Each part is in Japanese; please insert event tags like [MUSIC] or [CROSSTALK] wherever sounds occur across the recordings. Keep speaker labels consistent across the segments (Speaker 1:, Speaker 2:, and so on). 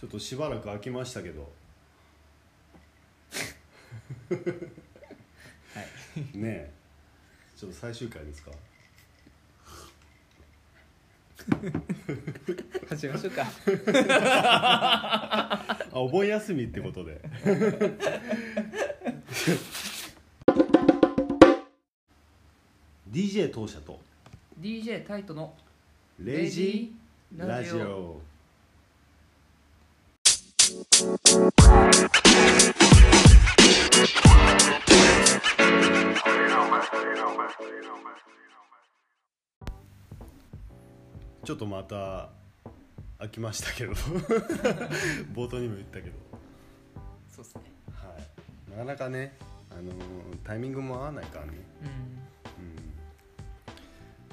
Speaker 1: ちょっとしばらく空きましたけど
Speaker 2: はい
Speaker 1: ねえちょっと最終回ですか
Speaker 2: 始めましょうか
Speaker 1: あお盆休みってことで DJ 当社と
Speaker 2: DJ タイトの
Speaker 1: レジラジオちょっとまた飽きましたけ [LAUGHS] ど冒頭にも言ったけど、
Speaker 2: そうですね
Speaker 1: はい、なかなかね、あのータイミングも合わないからね、
Speaker 2: うん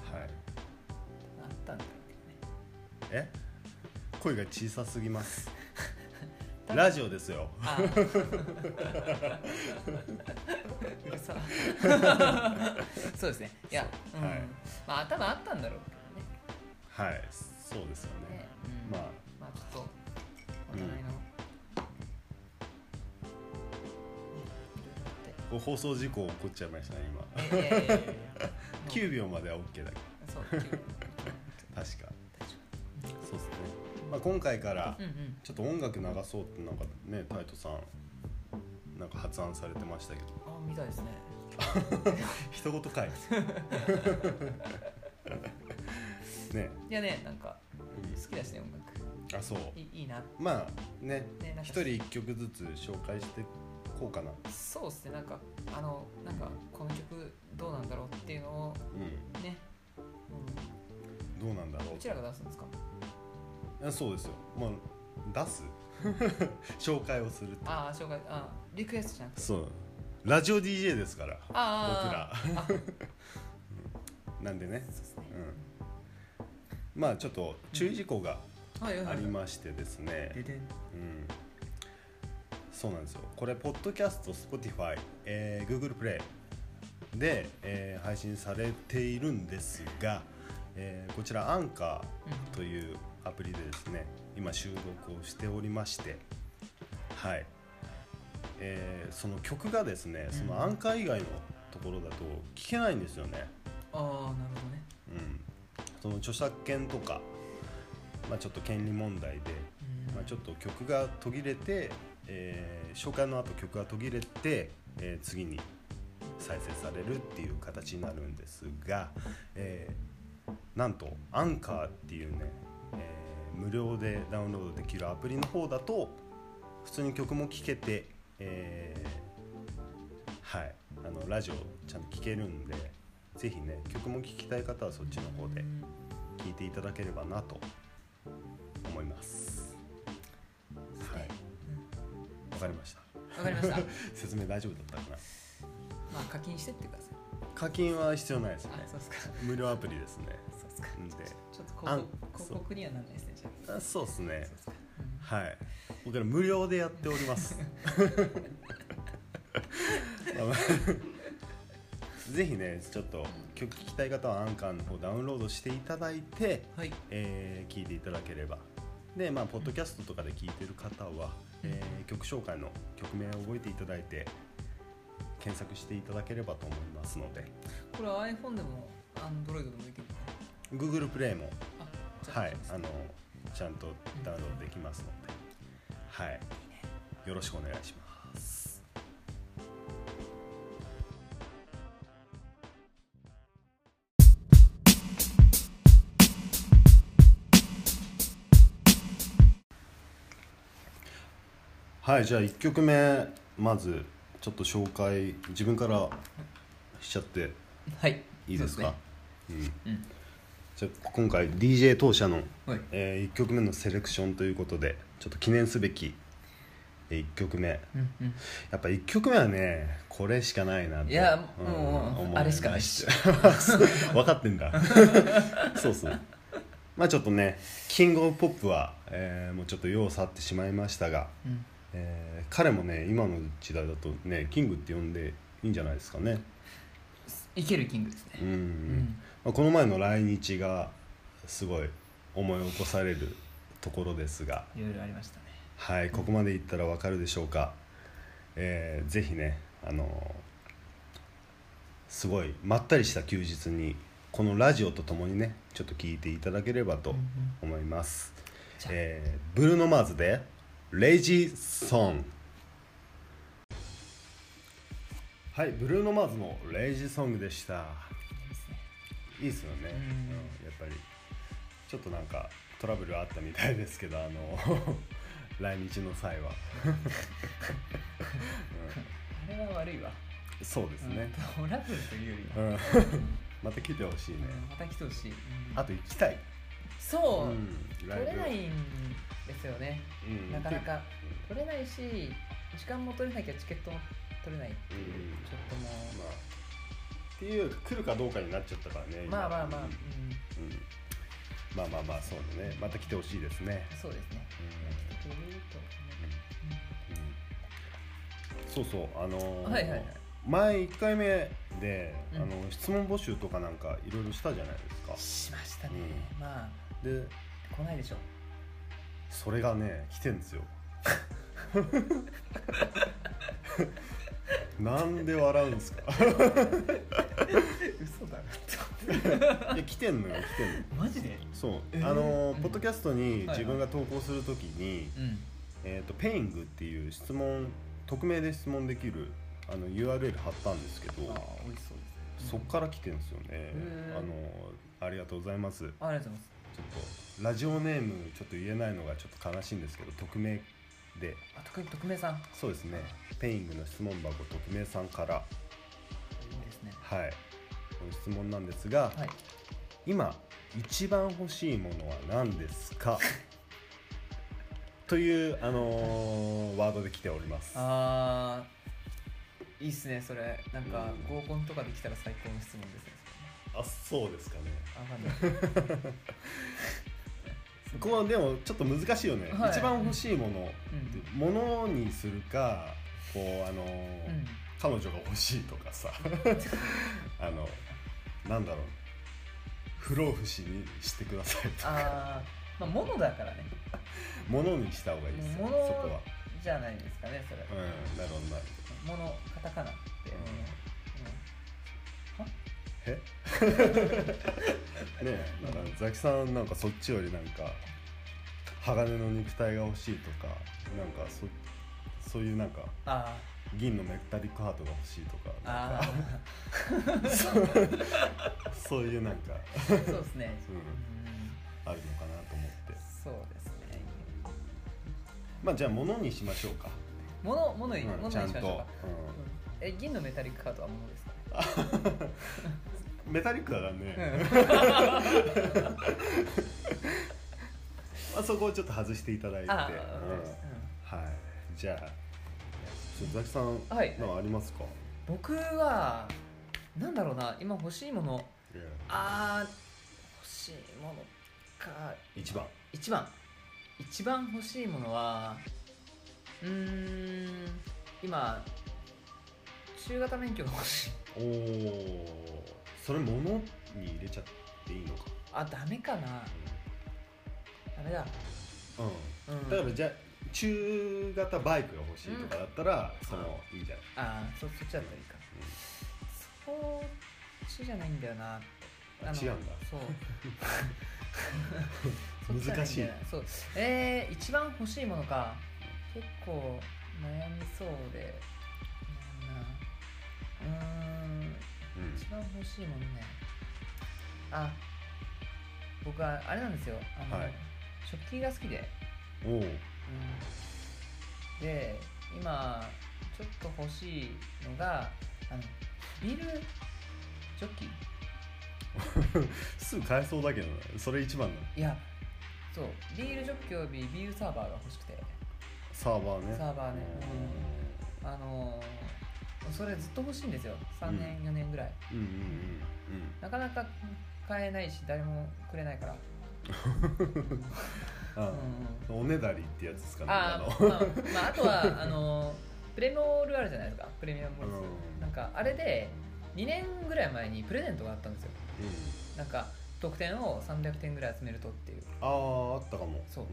Speaker 1: うん、はい
Speaker 2: あったんだよね
Speaker 1: え声が小さすぎます
Speaker 2: [LAUGHS]
Speaker 1: ラジオですよ
Speaker 2: あーうるさそうですねいやう、ん
Speaker 1: はい
Speaker 2: まあ多分あったんだろうけどね
Speaker 1: はいそうですよね
Speaker 2: ねうん
Speaker 1: まあ
Speaker 2: まあちょっとお互いの、
Speaker 1: うん
Speaker 2: い
Speaker 1: こ
Speaker 2: ろいろ
Speaker 1: う放送事故起こっちゃいましたね今
Speaker 2: あっていやいやいやいや
Speaker 1: 9秒までは OK だけど
Speaker 2: そう9
Speaker 1: 確かそ
Speaker 2: 確か
Speaker 1: うですね、まあ、今回から
Speaker 2: うんうん
Speaker 1: ちょっと音楽流そうってなんかねタイトさんなんか発案されてましたけど
Speaker 2: あみたいですね
Speaker 1: 一言
Speaker 2: [LAUGHS]
Speaker 1: かい [LAUGHS] ね
Speaker 2: いやねなんか
Speaker 1: う
Speaker 2: 好きだしね音楽
Speaker 1: んあそう
Speaker 2: いいいな
Speaker 1: まあね
Speaker 2: ねなんか
Speaker 1: 一人一曲ずつ紹介してこうかな
Speaker 2: そうっすねなんかあのなんかこの曲どうなんだろうっていうのを
Speaker 1: う
Speaker 2: ね、う
Speaker 1: ん
Speaker 2: ん
Speaker 1: どうなんだろ
Speaker 2: うちらが出すんですか
Speaker 1: うあそうですよまあ出す [LAUGHS] 紹介をするって
Speaker 2: ああ紹介あーリクエストじゃなくて
Speaker 1: そうラジオ DJ ですから
Speaker 2: あーあーあ
Speaker 1: なんでね
Speaker 2: そうっすね
Speaker 1: まあちょっと注意事項が
Speaker 2: はいはいは
Speaker 1: あ
Speaker 2: い
Speaker 1: りましてですね、
Speaker 2: ででん
Speaker 1: うん、そうなんですよこれポッドキャスト Spotify、えー Google プレイで、えー配信されているんですが、えーこちらアンカーというアプリでですね今収録をしておりましてはい、えーその曲がですねそのアンカー以外のところだと聞けないんですよね、
Speaker 2: ああなるほどね
Speaker 1: うん、その著作権とか、まあ、ちょっと権利問題で
Speaker 2: うん
Speaker 1: まあ、ちょっと曲が途切れて、えー紹介の後曲が途切れて、えー次に再生されるっていう形になるんですが、えーなんとアンカーっていうね、えー無料でダウンロードできるアプリの方だと普通に曲も聴けて、えーはいあのラジオちゃんと聴けるんでぜひね曲も聴きたい方はそっちの方で
Speaker 2: うん
Speaker 1: 聴いていただければなと思います。はいわかりました
Speaker 2: わかり
Speaker 1: [LAUGHS]
Speaker 2: ました
Speaker 1: 説明大丈夫だったかな
Speaker 2: まあ課金してってください
Speaker 1: 課金は必要ないですね
Speaker 2: あそうっすか
Speaker 1: 無料アプリですね
Speaker 2: そうっすか
Speaker 1: んで
Speaker 2: ちょっと
Speaker 1: あ
Speaker 2: 広
Speaker 1: ん
Speaker 2: 告広
Speaker 1: そう
Speaker 2: 告にはならないですねじゃ
Speaker 1: あそうです
Speaker 2: あ
Speaker 1: ね
Speaker 2: そうっすかうん
Speaker 1: はい僕ら無料でやっております [LAUGHS] まあまあぜひねちょっと曲聴きたい方はアンカーの方ダウンロードしていただいて、
Speaker 2: はい
Speaker 1: えー、聴いていただければでまあポッドキャストとかで聴いてる方は、えー曲紹介の曲名を覚えていただいて検索していただければと思いますので
Speaker 2: これは iPhone でも Android でもできるのか
Speaker 1: Google プレイも、
Speaker 2: なあじゃあ
Speaker 1: はい、あのちゃんとダウンロードできますので、はい、よろしくお願いします。はい、じゃあ1曲目まずちょっと紹介自分からしちゃって
Speaker 2: はい
Speaker 1: いいですかうん
Speaker 2: そうですね
Speaker 1: じゃあ今回 DJ 当社の、
Speaker 2: うんはい
Speaker 1: え1曲目のセレクションということでちょっと記念すべき1曲目や
Speaker 2: うんうん
Speaker 1: っぱ1曲目はねこれしかないなって
Speaker 2: いやも
Speaker 1: ん
Speaker 2: う
Speaker 1: 思
Speaker 2: あれしかないっす
Speaker 1: [LAUGHS] 分かってんだそうそうまあちょっとねキングオブポップは、えーもうちょっと世を去ってしまいましたが、
Speaker 2: うん
Speaker 1: えー彼もね今の時代だとねキングって呼んでいいんじゃないですかね
Speaker 2: いけるキングですね
Speaker 1: うん、
Speaker 2: うん
Speaker 1: まあ、この前の来日がすごい思い起こされるところですが、
Speaker 2: いろいろありましたね
Speaker 1: はいここまでいったらわかるでしょうか、えーぜひねあのすごいまったりした休日にこのラジオとともにねちょっと聞いていただければと
Speaker 2: うんうん
Speaker 1: 思います、
Speaker 2: じゃあ
Speaker 1: えーブルーノ・マーズで「レイジソング」はいブルーノ・マーズの「レイジソング」でした
Speaker 2: いい
Speaker 1: いいっ
Speaker 2: ですね
Speaker 1: すよね、うん
Speaker 2: うん
Speaker 1: やっぱりちょっとなんかトラブルあったみたいですけどあの [LAUGHS] 来日の際は、
Speaker 2: あれは悪いわ
Speaker 1: うんそうですね、
Speaker 2: うんトラブルというよりは
Speaker 1: うん [LAUGHS] また来てほしいね、
Speaker 2: うんまた来てほしい、うん
Speaker 1: あと行きたい、
Speaker 2: そう、
Speaker 1: ん、
Speaker 2: 取れないんですよね
Speaker 1: うん
Speaker 2: なかなか
Speaker 1: うん
Speaker 2: 取れないし時間も取れなきゃチケットも取れないっていう、
Speaker 1: うん
Speaker 2: ちょっとも
Speaker 1: まあっていう来るかどうかになっちゃったからね
Speaker 2: う
Speaker 1: 今
Speaker 2: まあまあまあ、
Speaker 1: う
Speaker 2: うん
Speaker 1: んまあまあまあそうだねまた来てほしいですね、
Speaker 2: そうですね
Speaker 1: う
Speaker 2: 来てくれると
Speaker 1: んうんそ
Speaker 2: 思
Speaker 1: うそうあのー
Speaker 2: はいはいはい
Speaker 1: 前1回目で、
Speaker 2: うん
Speaker 1: あの質問募集とかなんかいろいろしたじゃないで
Speaker 2: う
Speaker 1: す
Speaker 2: しましたね、
Speaker 1: う
Speaker 2: まあ
Speaker 1: かで
Speaker 2: 来ないでしょ
Speaker 1: それがね来てんですよなんで笑うんで
Speaker 2: [LAUGHS]
Speaker 1: すか
Speaker 2: [LAUGHS] 嘘 [LAUGHS] だ [LAUGHS]
Speaker 1: いや来てんのよ来てんの
Speaker 2: マジで
Speaker 1: そう、
Speaker 2: えー
Speaker 1: あのー
Speaker 2: うん
Speaker 1: ポッドキャストに
Speaker 2: はい
Speaker 1: 自分が投稿するときに、
Speaker 2: うん
Speaker 1: えー、とペイングっていう質問匿名で質問できるあの URL 貼ったんですけ
Speaker 2: あ
Speaker 1: ど
Speaker 2: あ美味しそうです
Speaker 1: そっから来てんですよね
Speaker 2: ー
Speaker 1: あのありがとうございますちょっ
Speaker 2: あありがとうござい
Speaker 1: とラジオネームちょっと言えないのがちょっと悲しいんですけど匿名で
Speaker 2: ますあ特特命さんい
Speaker 1: そうですねペイングの質問箱匿名さんから
Speaker 2: いですね
Speaker 1: はいこの質問なんですが、
Speaker 2: はい
Speaker 1: 今一番欲しいものは何です
Speaker 2: [LAUGHS]
Speaker 1: かという、あのーワードで来ております
Speaker 2: あーいいっすねそれなんか
Speaker 1: うん
Speaker 2: 合コンとかできたら最高の質問ですね
Speaker 1: あそうですかね
Speaker 2: あわ
Speaker 1: [LAUGHS] ここはでもちょっと難しいよね、
Speaker 2: はい
Speaker 1: 一番欲しいもの、
Speaker 2: う
Speaker 1: ものにするかこうあのー
Speaker 2: かんな
Speaker 1: 彼
Speaker 2: い
Speaker 1: 女が欲しいとか
Speaker 2: [LAUGHS]
Speaker 1: さあのなんだろう不老不死にしてくださいとか
Speaker 2: あーまあ物だからね
Speaker 1: ものにした方がいいですよそ
Speaker 2: 物
Speaker 1: こは
Speaker 2: じゃないですかねそれ
Speaker 1: うんなるほどなる
Speaker 2: 物カタカナって
Speaker 1: うん [LAUGHS] ほ
Speaker 2: 物
Speaker 1: どえねえなんかザキさんなんかそっちよりなんか鋼の肉体が欲しいとかなんかそそういうなんか
Speaker 2: あ
Speaker 1: 銀のメタリックハートが欲しいとか
Speaker 2: ー
Speaker 1: なん
Speaker 2: あ
Speaker 1: か [LAUGHS] そういうなんか、
Speaker 2: ー [LAUGHS] そうですね
Speaker 1: うん
Speaker 2: うん
Speaker 1: あるのかなと思って
Speaker 2: そうですね
Speaker 1: まあじゃあ物にしましょうか、
Speaker 2: 物物
Speaker 1: う
Speaker 2: に
Speaker 1: ん
Speaker 2: 物にし
Speaker 1: ちゃ
Speaker 2: ま
Speaker 1: ん
Speaker 2: しょ
Speaker 1: と、
Speaker 2: うかえ銀のメタリックカードは物ですかね
Speaker 1: うんメタリックだからね、まあ、そこをちょっと外していただいて、
Speaker 2: ああ
Speaker 1: うんはいじゃあちょっとザキさん
Speaker 2: はい
Speaker 1: なんかありますか、
Speaker 2: 僕はなんだろうな今欲しいもの
Speaker 1: いや
Speaker 2: あー欲しいものか
Speaker 1: 一番
Speaker 2: 一番一番欲しいものはうーん今中型免許が欲しい
Speaker 1: おおそれ物に入れちゃっていいのか
Speaker 2: あダメかなダメだ、
Speaker 1: う
Speaker 2: うん、
Speaker 1: んだからじゃあ中型バイクが欲しいとかだったら、そのいいんじゃない
Speaker 2: あーそそっちだったらいいかそっちじゃないんだよな
Speaker 1: あ違うんだ
Speaker 2: そうそっちじゃな
Speaker 1: [LAUGHS] 難しい
Speaker 2: んだよなそうえー、一番欲しいものか結構悩みそうでなんだろうなうーん
Speaker 1: うん、うん
Speaker 2: 一番欲しいものねあ僕はあれなんですよあの、
Speaker 1: はい
Speaker 2: 食器が好きで、
Speaker 1: おお、うん、
Speaker 2: うん、で今ちょっと欲しいのがあのビールジョッキ
Speaker 1: すぐ買えそうだけどねそれ一番の
Speaker 2: いやそうビールジョッキおよびビールサーバーが欲しくて
Speaker 1: サーバーね
Speaker 2: サーバーねあのーそれずっと欲しいんですよ3年、
Speaker 1: う
Speaker 2: 4年ぐらい
Speaker 1: うんうん
Speaker 2: なかなか買えないし誰もくれないか
Speaker 1: う
Speaker 2: ら、
Speaker 1: んうん
Speaker 2: うんうん
Speaker 1: あおねだりってやつですかね
Speaker 2: あ
Speaker 1: の
Speaker 2: ー、まあ、まあ、あとはあのプレモルあるじゃないですかプレミアムモル
Speaker 1: うん
Speaker 2: スなんかあれで2年ぐらい前にプレゼントがあったんですよ
Speaker 1: うん、
Speaker 2: なんか得点を300点ぐらい集めるとっていう
Speaker 1: あーあったかも
Speaker 2: そうん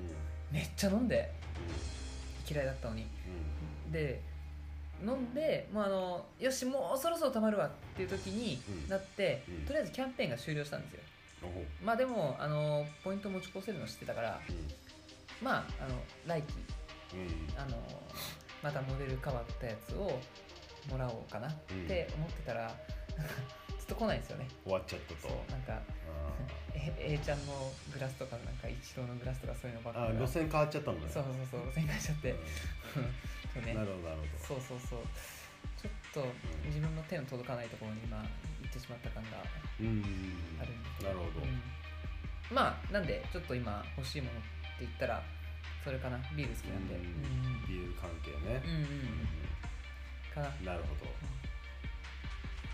Speaker 2: めっちゃ飲んで嫌いだったのにで飲んでもうあのよしもうそろそろたまるわっていう時に
Speaker 1: うん
Speaker 2: なって、
Speaker 1: うん
Speaker 2: とりあえずキャンペーンが終了したんですよ
Speaker 1: うんおう
Speaker 2: まあでもあのポイント持ち越せるの知ってたからまああの来期
Speaker 1: うんうん
Speaker 2: あのまたモデル変わったやつをもらおうかなって思ってたら、ちょっと来ないんですよね
Speaker 1: 終わっちゃったと
Speaker 2: なんか [LAUGHS] え A ちゃんのグラスとかなんか一郎のグラスとかそういうのばっ
Speaker 1: あー
Speaker 2: か
Speaker 1: あ
Speaker 2: り
Speaker 1: 路線変わっちゃったのね
Speaker 2: そうそうそう旋回しちゃって、 [LAUGHS] そう
Speaker 1: うん
Speaker 2: ね
Speaker 1: なるほどなるほ
Speaker 2: そうそうそうちょっと自分の手の届かないところに今行ってしまった感があ
Speaker 1: どうん
Speaker 2: るんですけ
Speaker 1: なるほど
Speaker 2: うんまあなんでちょっと今欲しいものって言ったらそれかなビール好きなんで
Speaker 1: う
Speaker 2: うんん
Speaker 1: 理由関係ね
Speaker 2: うんうんうんかないい
Speaker 1: なるほど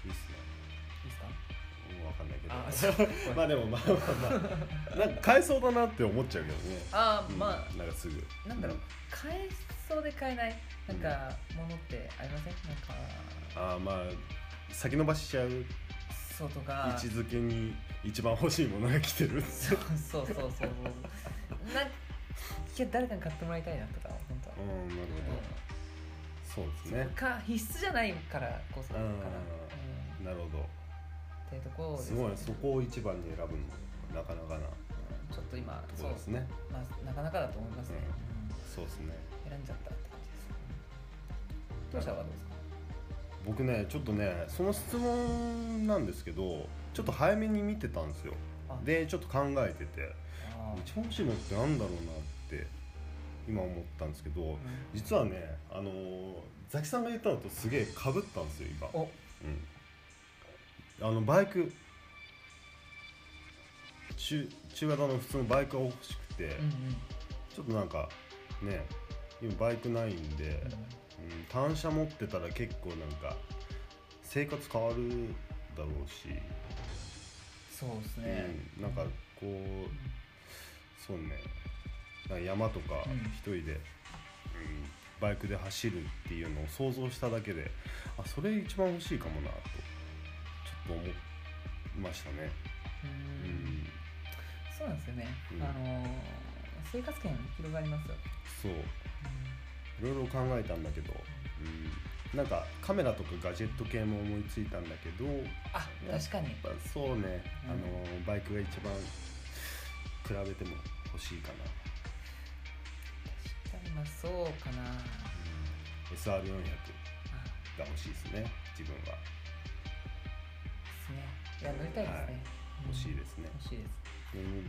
Speaker 1: いいっすね
Speaker 2: ですか
Speaker 1: もうわかんないけど
Speaker 2: あそうごめ
Speaker 1: [LAUGHS] まあで
Speaker 2: ん
Speaker 1: もまあまあまあなんか買えそうだなって思っちゃうけどね
Speaker 2: [LAUGHS] あ
Speaker 1: うん
Speaker 2: ま
Speaker 1: なんかすぐ
Speaker 2: あなんだろう買えそうで買えないなんかものってありませんなんか
Speaker 1: ああまあ先延ばしちゃう位
Speaker 2: そうとか
Speaker 1: 置づけに一番欲しいものが来てる
Speaker 2: そうそうそうそうそうなんかいや誰かに買ってもらいたいなとか本当は
Speaker 1: うんなるほどそうですね
Speaker 2: か必須じゃないからこそかな、
Speaker 1: う
Speaker 2: うんん、っ
Speaker 1: なるほど
Speaker 2: ていうところですね
Speaker 1: ごいそこを一番に選ぶのなかなかな
Speaker 2: ちょっと今
Speaker 1: とこ
Speaker 2: そう
Speaker 1: ろですね
Speaker 2: まあ、なかなかだと思いますね、
Speaker 1: そうですね
Speaker 2: うん選んじゃったって感じです当社はどうですか
Speaker 1: 僕ねちょっとねその質問なんですけどちょっと早めに見てたんですよ
Speaker 2: あ
Speaker 1: でちょっと考えてて
Speaker 2: あ
Speaker 1: 一番欲しいのってなんだろうなって今思ったんですけど
Speaker 2: ー
Speaker 1: 実はねあのーザキさんが言ったのとすげえかぶったんですよ今、
Speaker 2: お
Speaker 1: うん、あのバイク中中型の普通のバイクが欲しくて、
Speaker 2: うんうん
Speaker 1: ちょっとなんかね今バイクないんで、うん、単車持ってたら結構なんか生活変わるだろうし、
Speaker 2: そうですね、
Speaker 1: うん、なんかこうそうねなんか山とか
Speaker 2: うん
Speaker 1: 一人で、うんバイクで走るっていうのを想像しただけであそれ一番欲しいかもなとちょっと思いましたね。
Speaker 2: うん
Speaker 1: うん
Speaker 2: そうなんですよね、
Speaker 1: うん
Speaker 2: あのー生活圏広がりますよ、
Speaker 1: そういろいろ考えたんだけど、うん、なんかカメラとかガジェット系も思いついたんだけどや
Speaker 2: あ確かに
Speaker 1: っぱそうね、
Speaker 2: う
Speaker 1: あ
Speaker 2: ん
Speaker 1: のバイクが一番比べても欲しいかな。
Speaker 2: 確かにまあそうかな
Speaker 1: SR400
Speaker 2: あ
Speaker 1: が欲しいですね自分は
Speaker 2: ですね。いや乗りたいですね。
Speaker 1: はい欲しいですね、
Speaker 2: 欲しいです。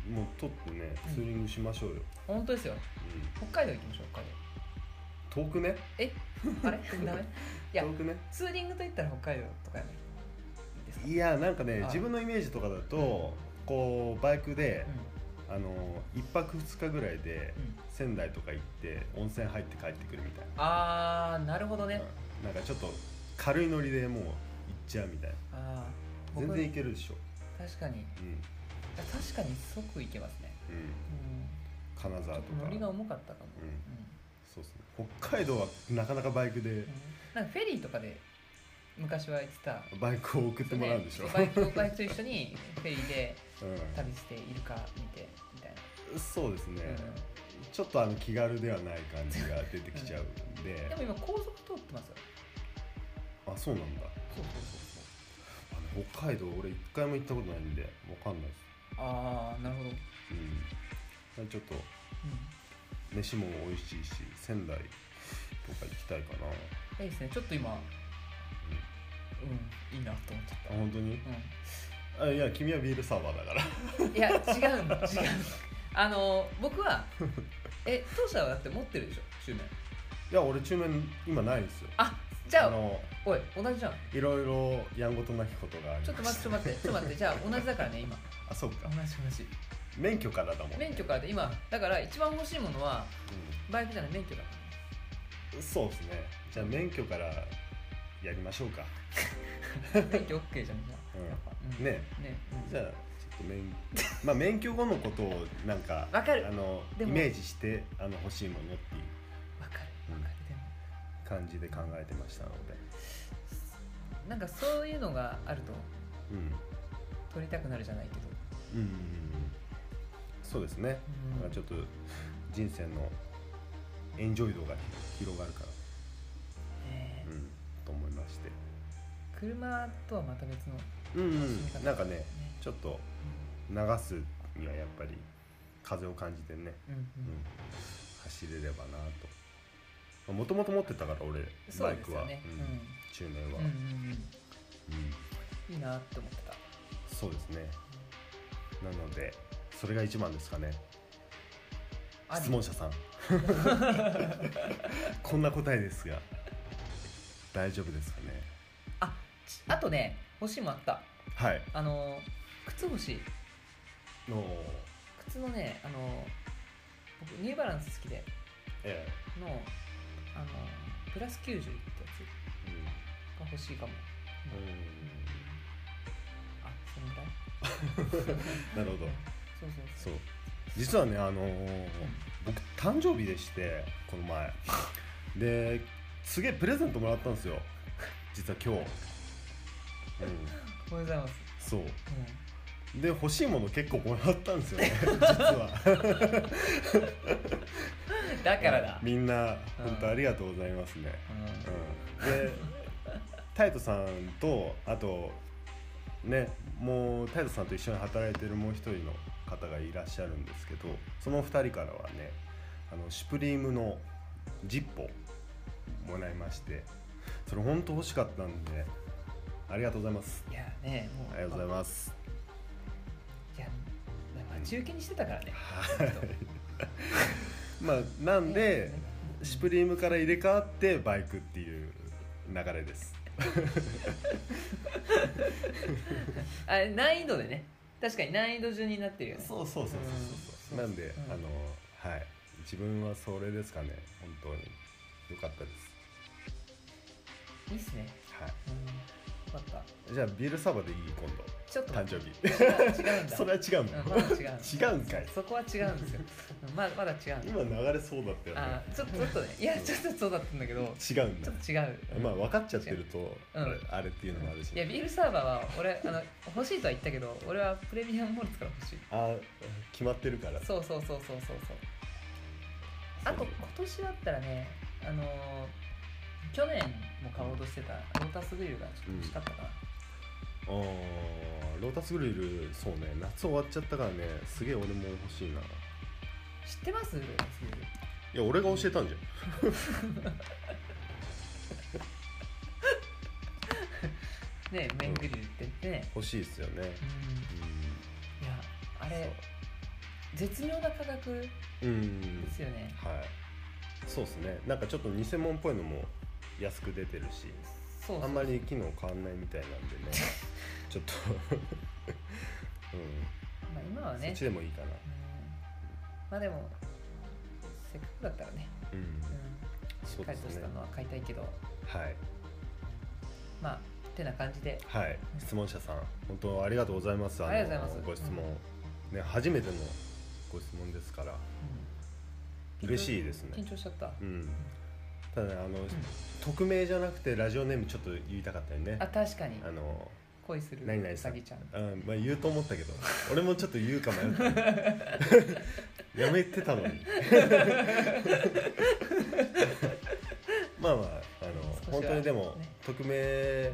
Speaker 1: もうもう取ってねツーリングしましょうよ、
Speaker 2: 本当ですよ。北海道行きましょう北
Speaker 1: うん
Speaker 2: 海道。
Speaker 1: 遠くね
Speaker 2: え、
Speaker 1: [LAUGHS]
Speaker 2: あれダメ？いや
Speaker 1: 遠くね
Speaker 2: ツーリングと言ったら北海道とかやね。いいですか？
Speaker 1: いやなんかね
Speaker 2: はい
Speaker 1: 自分のイメージとかだとこうバイクで、あの1泊2日ぐらいで
Speaker 2: うんうん。
Speaker 1: 仙台とか行って温泉入って帰ってくるみたい
Speaker 2: あーなるほど
Speaker 1: な、
Speaker 2: ね。
Speaker 1: うんなんかちょっと軽いノリでもう行っちゃうみたいな
Speaker 2: あー
Speaker 1: 全
Speaker 2: 僕
Speaker 1: 然行けるでしょ
Speaker 2: 確かにいや
Speaker 1: うん、
Speaker 2: 確かに即行けますね。
Speaker 1: うん、
Speaker 2: うん。
Speaker 1: 金
Speaker 2: ちょ
Speaker 1: 沢
Speaker 2: っ
Speaker 1: と
Speaker 2: と
Speaker 1: か
Speaker 2: 乗りが重かったかも。
Speaker 1: うん
Speaker 2: う
Speaker 1: そうっすね北海道はなかなかバイクで
Speaker 2: ん。うんなんかフェリーとかで昔は行ってた。
Speaker 1: バイクを送ってもらうんでしょ、
Speaker 2: ねバイクバイクと一緒にフェリーで
Speaker 1: う
Speaker 2: 旅してイルカ見てみたい
Speaker 1: ん、そうですね、
Speaker 2: な。うん
Speaker 1: ちょっとあの気軽ではない感じが出てきちゃうんで、
Speaker 2: でも今高速通ってますよ
Speaker 1: あそうなんだ
Speaker 2: そうそ
Speaker 1: あ
Speaker 2: う
Speaker 1: の北海道俺一回も行ったことないんでわかんないです
Speaker 2: そうそうああなるほど、うん、
Speaker 1: うんちょっと飯も美味しいし仙台とか行きたいかな、う
Speaker 2: いいですねちょっと今うんいいなと思っちゃっ
Speaker 1: ん、あ本当に
Speaker 2: た、
Speaker 1: あいや君はビールサーバーだから [LAUGHS]
Speaker 2: うん、いや違うの違うのあの僕 [LAUGHS] はえ当社はだって持ってるでしょ中年
Speaker 1: いや俺中年今ないんですよ
Speaker 2: あじゃあ
Speaker 1: の
Speaker 2: おい同じじゃん
Speaker 1: いろいろやんごとなきことがあり
Speaker 2: ちょっと待ってちょっと待ってちょっと待ってじゃあ同じだからね今
Speaker 1: あそうか
Speaker 2: [LAUGHS] 同じ同
Speaker 1: 免許からだもん
Speaker 2: じ免許からで今だから一番欲しいものは
Speaker 1: う
Speaker 2: バイクじゃない免許だからね
Speaker 1: ん、そうですねじゃあ免許からやりましょうか
Speaker 2: 免許 OK じゃんじゃあ、
Speaker 1: うん
Speaker 2: やっぱ、 [LAUGHS] うん、
Speaker 1: ね
Speaker 2: ね、うん
Speaker 1: じゃあちょっと
Speaker 2: [LAUGHS]
Speaker 1: 免まあ免許後のことをなんか
Speaker 2: わかる
Speaker 1: あのイ
Speaker 2: でも
Speaker 1: メージしてあの欲しいものっていう
Speaker 2: わかるわかるでも
Speaker 1: 感じで考えてましたので、
Speaker 2: なんかそういうのがあると
Speaker 1: うん、
Speaker 2: 取りたくなるじゃないけど、
Speaker 1: うんうんうんそうですね、
Speaker 2: うん
Speaker 1: まあちょっと人生のエンジョイ度が広がるから、
Speaker 2: え
Speaker 1: うん、と思いまして
Speaker 2: ー車とはまた別の、ね、
Speaker 1: うん
Speaker 2: そ
Speaker 1: うん
Speaker 2: う
Speaker 1: なんかねちょっと流すにはやっぱり風を感じてね、
Speaker 2: うんうん
Speaker 1: うん、走れればなともともと持ってたから俺
Speaker 2: そ
Speaker 1: バイ
Speaker 2: うです
Speaker 1: ク
Speaker 2: よ
Speaker 1: は、
Speaker 2: ね
Speaker 1: うん中年
Speaker 2: う
Speaker 1: は、
Speaker 2: ん、うんうん
Speaker 1: うん
Speaker 2: うん、いいなって思ってた
Speaker 1: そうですねなのでそれが一番ですかね
Speaker 2: あり
Speaker 1: 質問者
Speaker 2: [LAUGHS]
Speaker 1: さんこんな答えですが大丈夫ですかね
Speaker 2: ちあとね欲しいもあった
Speaker 1: はい
Speaker 2: あの靴欲しい
Speaker 1: の
Speaker 2: 靴のねあの僕ニューバランス好きで
Speaker 1: え
Speaker 2: のあのプラス90ってや
Speaker 1: え
Speaker 2: つが欲しいかも
Speaker 1: うん
Speaker 2: あそのぐらい
Speaker 1: なるほど
Speaker 2: そうそうそ
Speaker 1: そ
Speaker 2: う
Speaker 1: う実はねあのー僕誕生日でしてこの前ですげえプレゼントもらったんですよ実は今日うん
Speaker 2: おはようございます、
Speaker 1: そう
Speaker 2: うん、
Speaker 1: で欲しいもの結構もらったんですよね実は
Speaker 2: だからだ、
Speaker 1: みんな
Speaker 2: うん
Speaker 1: 本当ありがとうございますね、
Speaker 2: うん
Speaker 1: うん、でタイトさんとあとねもうタイトさんと一緒に働いてるもう一人の方がいらっしゃるんですけどその2人からはねあのシュプリームのジッポもらいましてそれ本当欲しかったんでありがとうございます
Speaker 2: いやねもう
Speaker 1: ありがとうございます
Speaker 2: いや待ち受けにしてたからね、
Speaker 1: はいまあなんでシュプ
Speaker 2: リ
Speaker 1: リームから入れ替わってバイクっていう流れです
Speaker 2: あ難易度でね確かに難易度順になってるよね
Speaker 1: そうそうそうそうそううんなんで、
Speaker 2: うん
Speaker 1: あのはい自分はそれですかね本当に良かったで
Speaker 2: いいっすね
Speaker 1: すは
Speaker 2: うんよかった
Speaker 1: いじゃあビールサーバーでいい今
Speaker 2: ちょっと
Speaker 1: 度誕
Speaker 2: 待
Speaker 1: 生
Speaker 2: って
Speaker 1: 日 [LAUGHS]
Speaker 2: 違う違うんだ
Speaker 1: それは違う
Speaker 2: うん
Speaker 1: の、
Speaker 2: まだ違う
Speaker 1: 違うんかい
Speaker 2: そこは違うんですようんままだ違うんだ
Speaker 1: 今流れそうだったよ
Speaker 2: あ
Speaker 1: ね
Speaker 2: ちょっとちょっとねいやちょっとそうだったんだけど
Speaker 1: 違うん
Speaker 2: ち
Speaker 1: だ
Speaker 2: ょっと違う、
Speaker 1: まあ分かっちゃってると、
Speaker 2: うん
Speaker 1: あれあれっていうのもあるし、
Speaker 2: いやビールサーバーは俺あの欲しいとは言ったけど俺はプレミアムモルツから欲しい
Speaker 1: あ決まってるから
Speaker 2: そうそうそうそうそうそうあと今年だったらねあのー去年も買おうとしてたロータスグリルがちょっと欲しかったかな、
Speaker 1: あーロータスグリルそうね夏終わっちゃったからねすげえ俺も欲しいな
Speaker 2: 知ってますロータスグリル
Speaker 1: いや俺が教えたんじゃん
Speaker 2: ね麺グリルって言ってね
Speaker 1: 欲しいですよね
Speaker 2: うんいやあれ絶妙な価格で
Speaker 1: うん、うん、
Speaker 2: すよね
Speaker 1: はいそうですねなんかちょっと偽物っぽいのも安く出てるし
Speaker 2: そう
Speaker 1: あ
Speaker 2: そうん
Speaker 1: まり機能変わんないみたいなんでね [LAUGHS] ちょっと
Speaker 2: まあ、今
Speaker 1: う
Speaker 2: は
Speaker 1: ん、そっ
Speaker 2: ね
Speaker 1: ちでもいいかな
Speaker 2: うんまあでもせっかくだったらね、
Speaker 1: うん
Speaker 2: うん、し
Speaker 1: そ
Speaker 2: っ
Speaker 1: う
Speaker 2: か
Speaker 1: で
Speaker 2: りと
Speaker 1: す
Speaker 2: し
Speaker 1: ね
Speaker 2: たのは買いたいけど、
Speaker 1: はい
Speaker 2: まあてな感じで
Speaker 1: はい
Speaker 2: うん
Speaker 1: 質問者さん本当ありがとうございます
Speaker 2: ありがとうご
Speaker 1: ご
Speaker 2: ざいます
Speaker 1: 質問、ね初めてのご質問ですから
Speaker 2: うん
Speaker 1: 嬉しいですね
Speaker 2: 緊張しちゃった
Speaker 1: うんただねあの、匿名じゃなくてラジオネームちょっと言いたかったよね
Speaker 2: あ確かに
Speaker 1: あの
Speaker 2: 恋する
Speaker 1: 何々
Speaker 2: う
Speaker 1: さ
Speaker 2: さ
Speaker 1: ん
Speaker 2: ぎちゃん
Speaker 1: うんまあ、言うと思ったけ
Speaker 2: [LAUGHS]
Speaker 1: ど俺もちょっと言うか迷ったやめてたの
Speaker 2: [LAUGHS]
Speaker 1: にまあまああ
Speaker 2: 少しは
Speaker 1: の本当にでも、
Speaker 2: ね
Speaker 1: 匿名、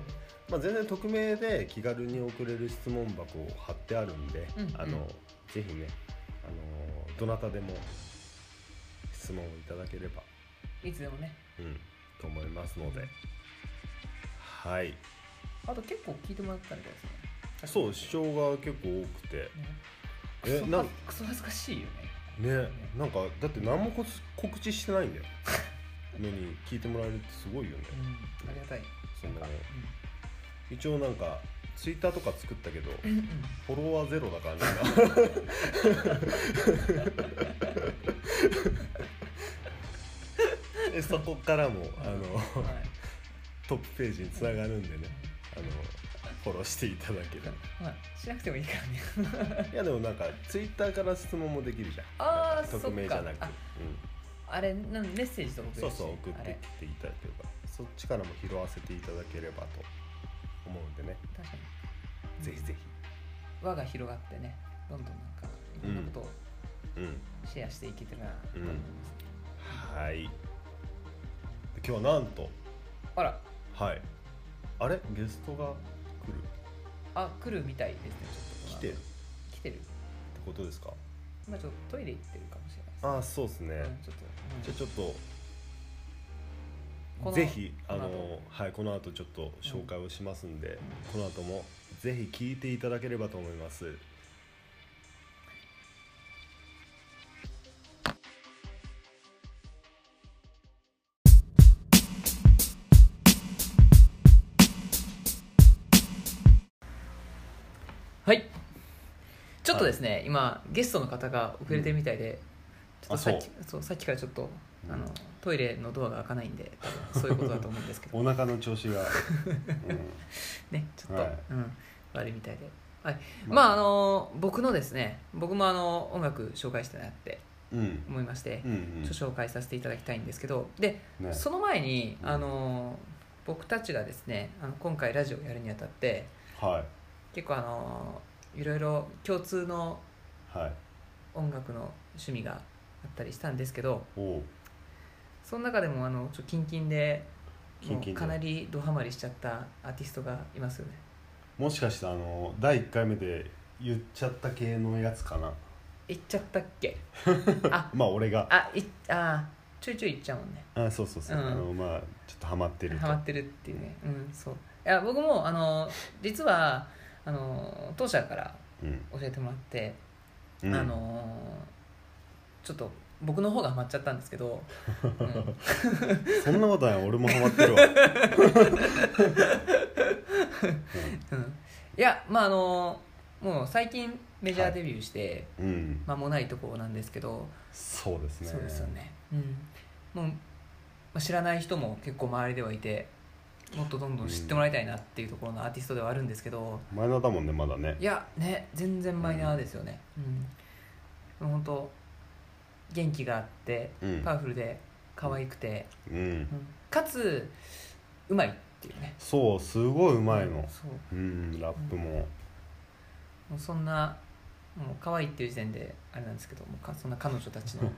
Speaker 1: まあ、全然匿名で気軽に送れる質問箱を貼ってあるんで、
Speaker 2: うんうん
Speaker 1: あのぜひねあのどなたでも質問をいただければ、
Speaker 2: いつでもね
Speaker 1: うん、と思いますのではい
Speaker 2: あと結構聞いてもらったみたいですね
Speaker 1: そう主張が結構多くて
Speaker 2: ね
Speaker 1: え
Speaker 2: クソ
Speaker 1: なん
Speaker 2: クソ恥ずかしいよね
Speaker 1: ねなんかだって何もこつ告知してないんだ
Speaker 2: [LAUGHS]
Speaker 1: よのに聞いてもらえるってすごいよね
Speaker 2: うんありがたい
Speaker 1: そんな
Speaker 2: なんか
Speaker 1: 一応なんかツイッターとか作ったけど
Speaker 2: うんうんうん
Speaker 1: フォロワーゼロだからね
Speaker 2: [LAUGHS]
Speaker 1: えそこからもあの
Speaker 2: はい
Speaker 1: トップページにつながるんでねあのフォローしていただければ
Speaker 2: まあしなくてもいいからね
Speaker 1: いやでもなんかツイッターから質問もできるじゃん
Speaker 2: あ
Speaker 1: な
Speaker 2: ー
Speaker 1: んか匿名じゃなくて
Speaker 2: そっかあれなんメッセージとか
Speaker 1: うん、そう
Speaker 2: 送れるし
Speaker 1: そう送っ
Speaker 2: あ
Speaker 1: て
Speaker 2: れ
Speaker 1: きていただければそっちからも拾わせていただければと思うんでね、
Speaker 2: 確かに
Speaker 1: ぜひぜ
Speaker 2: 輪が広がってねどんどんなんかいろんなことを
Speaker 1: ひうん
Speaker 2: シェアしていけてるなと思います、
Speaker 1: ははいで今日はなんと
Speaker 2: あら
Speaker 1: はいあれゲストが来る
Speaker 2: あ来るみたいですねち
Speaker 1: 来
Speaker 2: ょっと
Speaker 1: てるって
Speaker 2: 来てる
Speaker 1: ことですか
Speaker 2: 今ちょっとトイレ行ってるかもしれないです
Speaker 1: ああそうですね、
Speaker 2: うんちょっと、うん
Speaker 1: じゃあちょっ
Speaker 2: ことの
Speaker 1: ぜひあ
Speaker 2: この
Speaker 1: の
Speaker 2: 後
Speaker 1: はいこの後ちょっと紹介をしますんで、この後もぜひ聞いていただければと思います
Speaker 2: はいちょっとですね、今ゲストの方が遅れてるみたいで、ちょっとさっきそうさっきからちょっとあのトイレのドアが開かないんで多分そういうことだと思うんですけ
Speaker 1: [LAUGHS]
Speaker 2: ど
Speaker 1: お腹の調子
Speaker 2: [LAUGHS]
Speaker 1: が、
Speaker 2: ねちょっと、
Speaker 1: はい
Speaker 2: うん、悪いみたいで、はい
Speaker 1: まあ
Speaker 2: まああの僕のですね僕もあの音楽紹介してなって
Speaker 1: うん、うん
Speaker 2: 思いまして、
Speaker 1: うんうん
Speaker 2: ちょっと紹介させていただきたいんですけどで、
Speaker 1: ね
Speaker 2: その前に
Speaker 1: うん
Speaker 2: あの僕たちがですねあの今回ラジオやるにあたって
Speaker 1: は
Speaker 2: 結構あのいろいろ共通の
Speaker 1: いはい
Speaker 2: 音楽の趣味があったりしたんですけど
Speaker 1: おお
Speaker 2: その中でもあのちょキンキンで
Speaker 1: キンキンで
Speaker 2: もうかなりドハマりしちゃったアーティストがいますよね
Speaker 1: もしかしてあの第1回目で言っちゃった系のやつかな
Speaker 2: 行っちゃったっ
Speaker 1: [LAUGHS]
Speaker 2: けあ
Speaker 1: まあ俺が
Speaker 2: あいあーちょいちょい行っちゃうもんね
Speaker 1: あそうそうそう、
Speaker 2: うん
Speaker 1: あのまあちょっとハマってると
Speaker 2: ハマってるっていうねうんそういや僕もあの実はあの当社から
Speaker 1: うん
Speaker 2: 教えてもらって、
Speaker 1: うん
Speaker 2: あのちょっと僕の方がハマっちゃったんです
Speaker 1: [LAUGHS]
Speaker 2: けど、うん
Speaker 1: そんなことない俺もハマってる
Speaker 2: [LAUGHS]
Speaker 1: わ
Speaker 2: うんいやまああのもう最近メジャーデビューして、
Speaker 1: うん、うん、
Speaker 2: 間もないところなんですけど、
Speaker 1: そうですね
Speaker 2: そうですよね、うん、もうまあ知らない人も結構周りではいてもっとどんどん知ってもらいたいなっていうところのアーティストではあるんですけど
Speaker 1: マイナーだもんねまだね
Speaker 2: いやね全然マイナーですよねうん、もう本当元気があって
Speaker 1: うん
Speaker 2: パワフルで可愛くて、
Speaker 1: うん
Speaker 2: うんかつうまいっていうね
Speaker 1: そうすごいうまいの
Speaker 2: そ
Speaker 1: う
Speaker 2: う
Speaker 1: んラップも
Speaker 2: もうそんなもう可愛いっていう時点であれなんですけどもうかそんな彼女たち
Speaker 1: [LAUGHS]
Speaker 2: の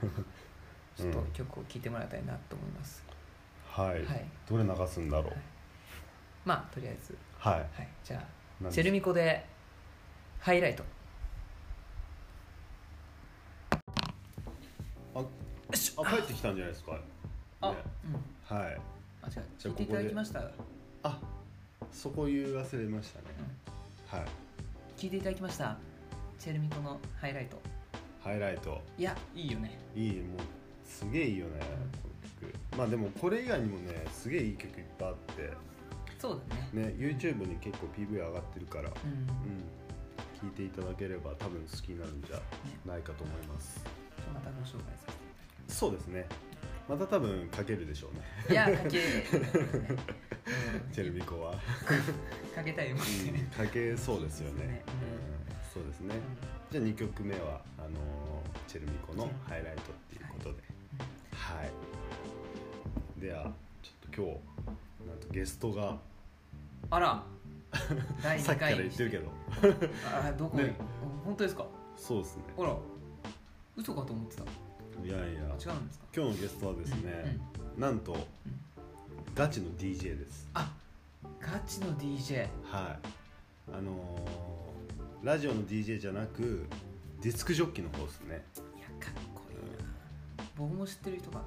Speaker 2: ちょっと曲を聴いてもらいたいなと思います、
Speaker 1: はい、
Speaker 2: はい
Speaker 1: どれ流すんだろう
Speaker 2: まあとりあえず、
Speaker 1: はい
Speaker 2: はい、じゃあ
Speaker 1: 何
Speaker 2: チェルミコでハイライト
Speaker 1: ああ帰ってきたんじゃないですか
Speaker 2: あ、
Speaker 1: ね
Speaker 2: うん
Speaker 1: はい
Speaker 2: あじゃあ
Speaker 1: じゃ
Speaker 2: 聴い
Speaker 1: あ
Speaker 2: ていただきました聴
Speaker 1: あそこ言う忘れましたね、はい
Speaker 2: いていただきましたチェルミコのハイライト
Speaker 1: ハイライト
Speaker 2: いやいいよね
Speaker 1: いいもうすげえいいよねこの曲まあでもこれ以外にもねすげえいい曲いっぱいあって
Speaker 2: そうだね
Speaker 1: ね YouTube に結構 PV 上がってるからう
Speaker 2: うん、
Speaker 1: ん聞いていただければ多分好きになるんじゃないかと思います
Speaker 2: またご紹介させていただきます
Speaker 1: そうですねまた多分かけるでしょ [LAUGHS] うね
Speaker 2: いやかけ、
Speaker 1: チェルミ
Speaker 2: コ
Speaker 1: コは、
Speaker 2: かけたいもん
Speaker 1: うん
Speaker 2: ね、
Speaker 1: [LAUGHS] かけそうですよね
Speaker 2: そうですね
Speaker 1: うんそうですねじゃあ2曲目はあのーチェルミコの「ハイライト」っていうことではい、ではちょっと今日なんとゲストが
Speaker 2: あら第
Speaker 1: [LAUGHS] さっ
Speaker 2: 2
Speaker 1: きから
Speaker 2: 回
Speaker 1: 言
Speaker 2: に
Speaker 1: っ
Speaker 2: して
Speaker 1: るけど
Speaker 2: あどこに、
Speaker 1: ね
Speaker 2: 本当ですか
Speaker 1: そうですね
Speaker 2: あら嘘かと思ってた
Speaker 1: いやいや
Speaker 2: あ違うんですか
Speaker 1: 今日のゲストはですね、なんとガチの DJ です
Speaker 2: あガチの DJ
Speaker 1: はいあのーラジオの DJ じゃなくディスクジョッキーの方ですね
Speaker 2: いやかっこいいな僕も知ってる人が
Speaker 1: も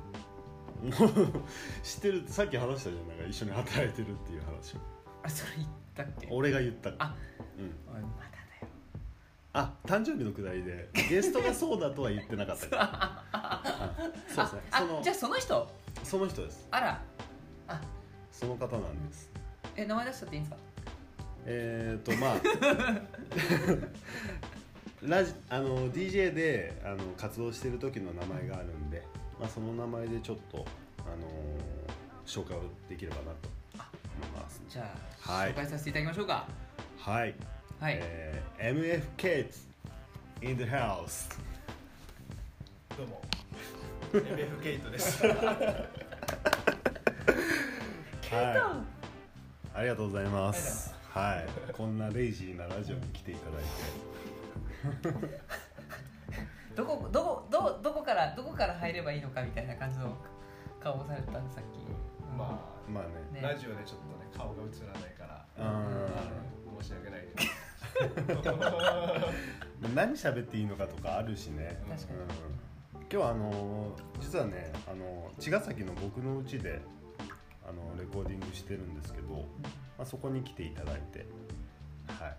Speaker 1: う知ってるさっき話したじゃんなんか一緒に働いてるっていう話を
Speaker 2: あそれ言ったっけおい
Speaker 1: 俺が言った
Speaker 2: あ
Speaker 1: うん
Speaker 2: ま
Speaker 1: あ誕生日のくだりでゲストがそうだとは言ってなかったか
Speaker 2: だよ
Speaker 1: ら
Speaker 2: あ
Speaker 1: うんそうですねその
Speaker 2: じゃあその人
Speaker 1: その人です
Speaker 2: あらあ
Speaker 1: その方なんです
Speaker 2: え名前出しちゃっていいんですか
Speaker 1: えー、とまあ [LAUGHS] ラジあの DJ であの活動してる時の名前があるんで、まあ、その名前でちょっと、あのー紹介をできればなと思います
Speaker 2: じゃあ、
Speaker 1: はい
Speaker 2: 紹介させていただきましょうか
Speaker 1: はい、
Speaker 2: はい、
Speaker 1: えー、MFKIDS in the house
Speaker 3: どうも MF ケイトです。ありがとう
Speaker 2: ケイトン、
Speaker 1: はいありがとうございますはいこんなレイジーなラジオに来ていただいて
Speaker 2: どこどこどこどこからどこから入ればいいのかみたいな感じの顔されたんでさっき、うん
Speaker 3: まあ、
Speaker 1: まあね
Speaker 2: ね
Speaker 3: ラジオでちょっとね顔が映らないから
Speaker 1: う
Speaker 3: うん申し訳ない [LAUGHS] け
Speaker 1: ん何喋っていいのかとかあるしね、
Speaker 3: ど
Speaker 2: 確かに
Speaker 1: うん、今日はあのー実はねあのー茅ヶ崎の僕の家であのーレコーディングしてるんですけど、まあ、そこに来ていただいてはい、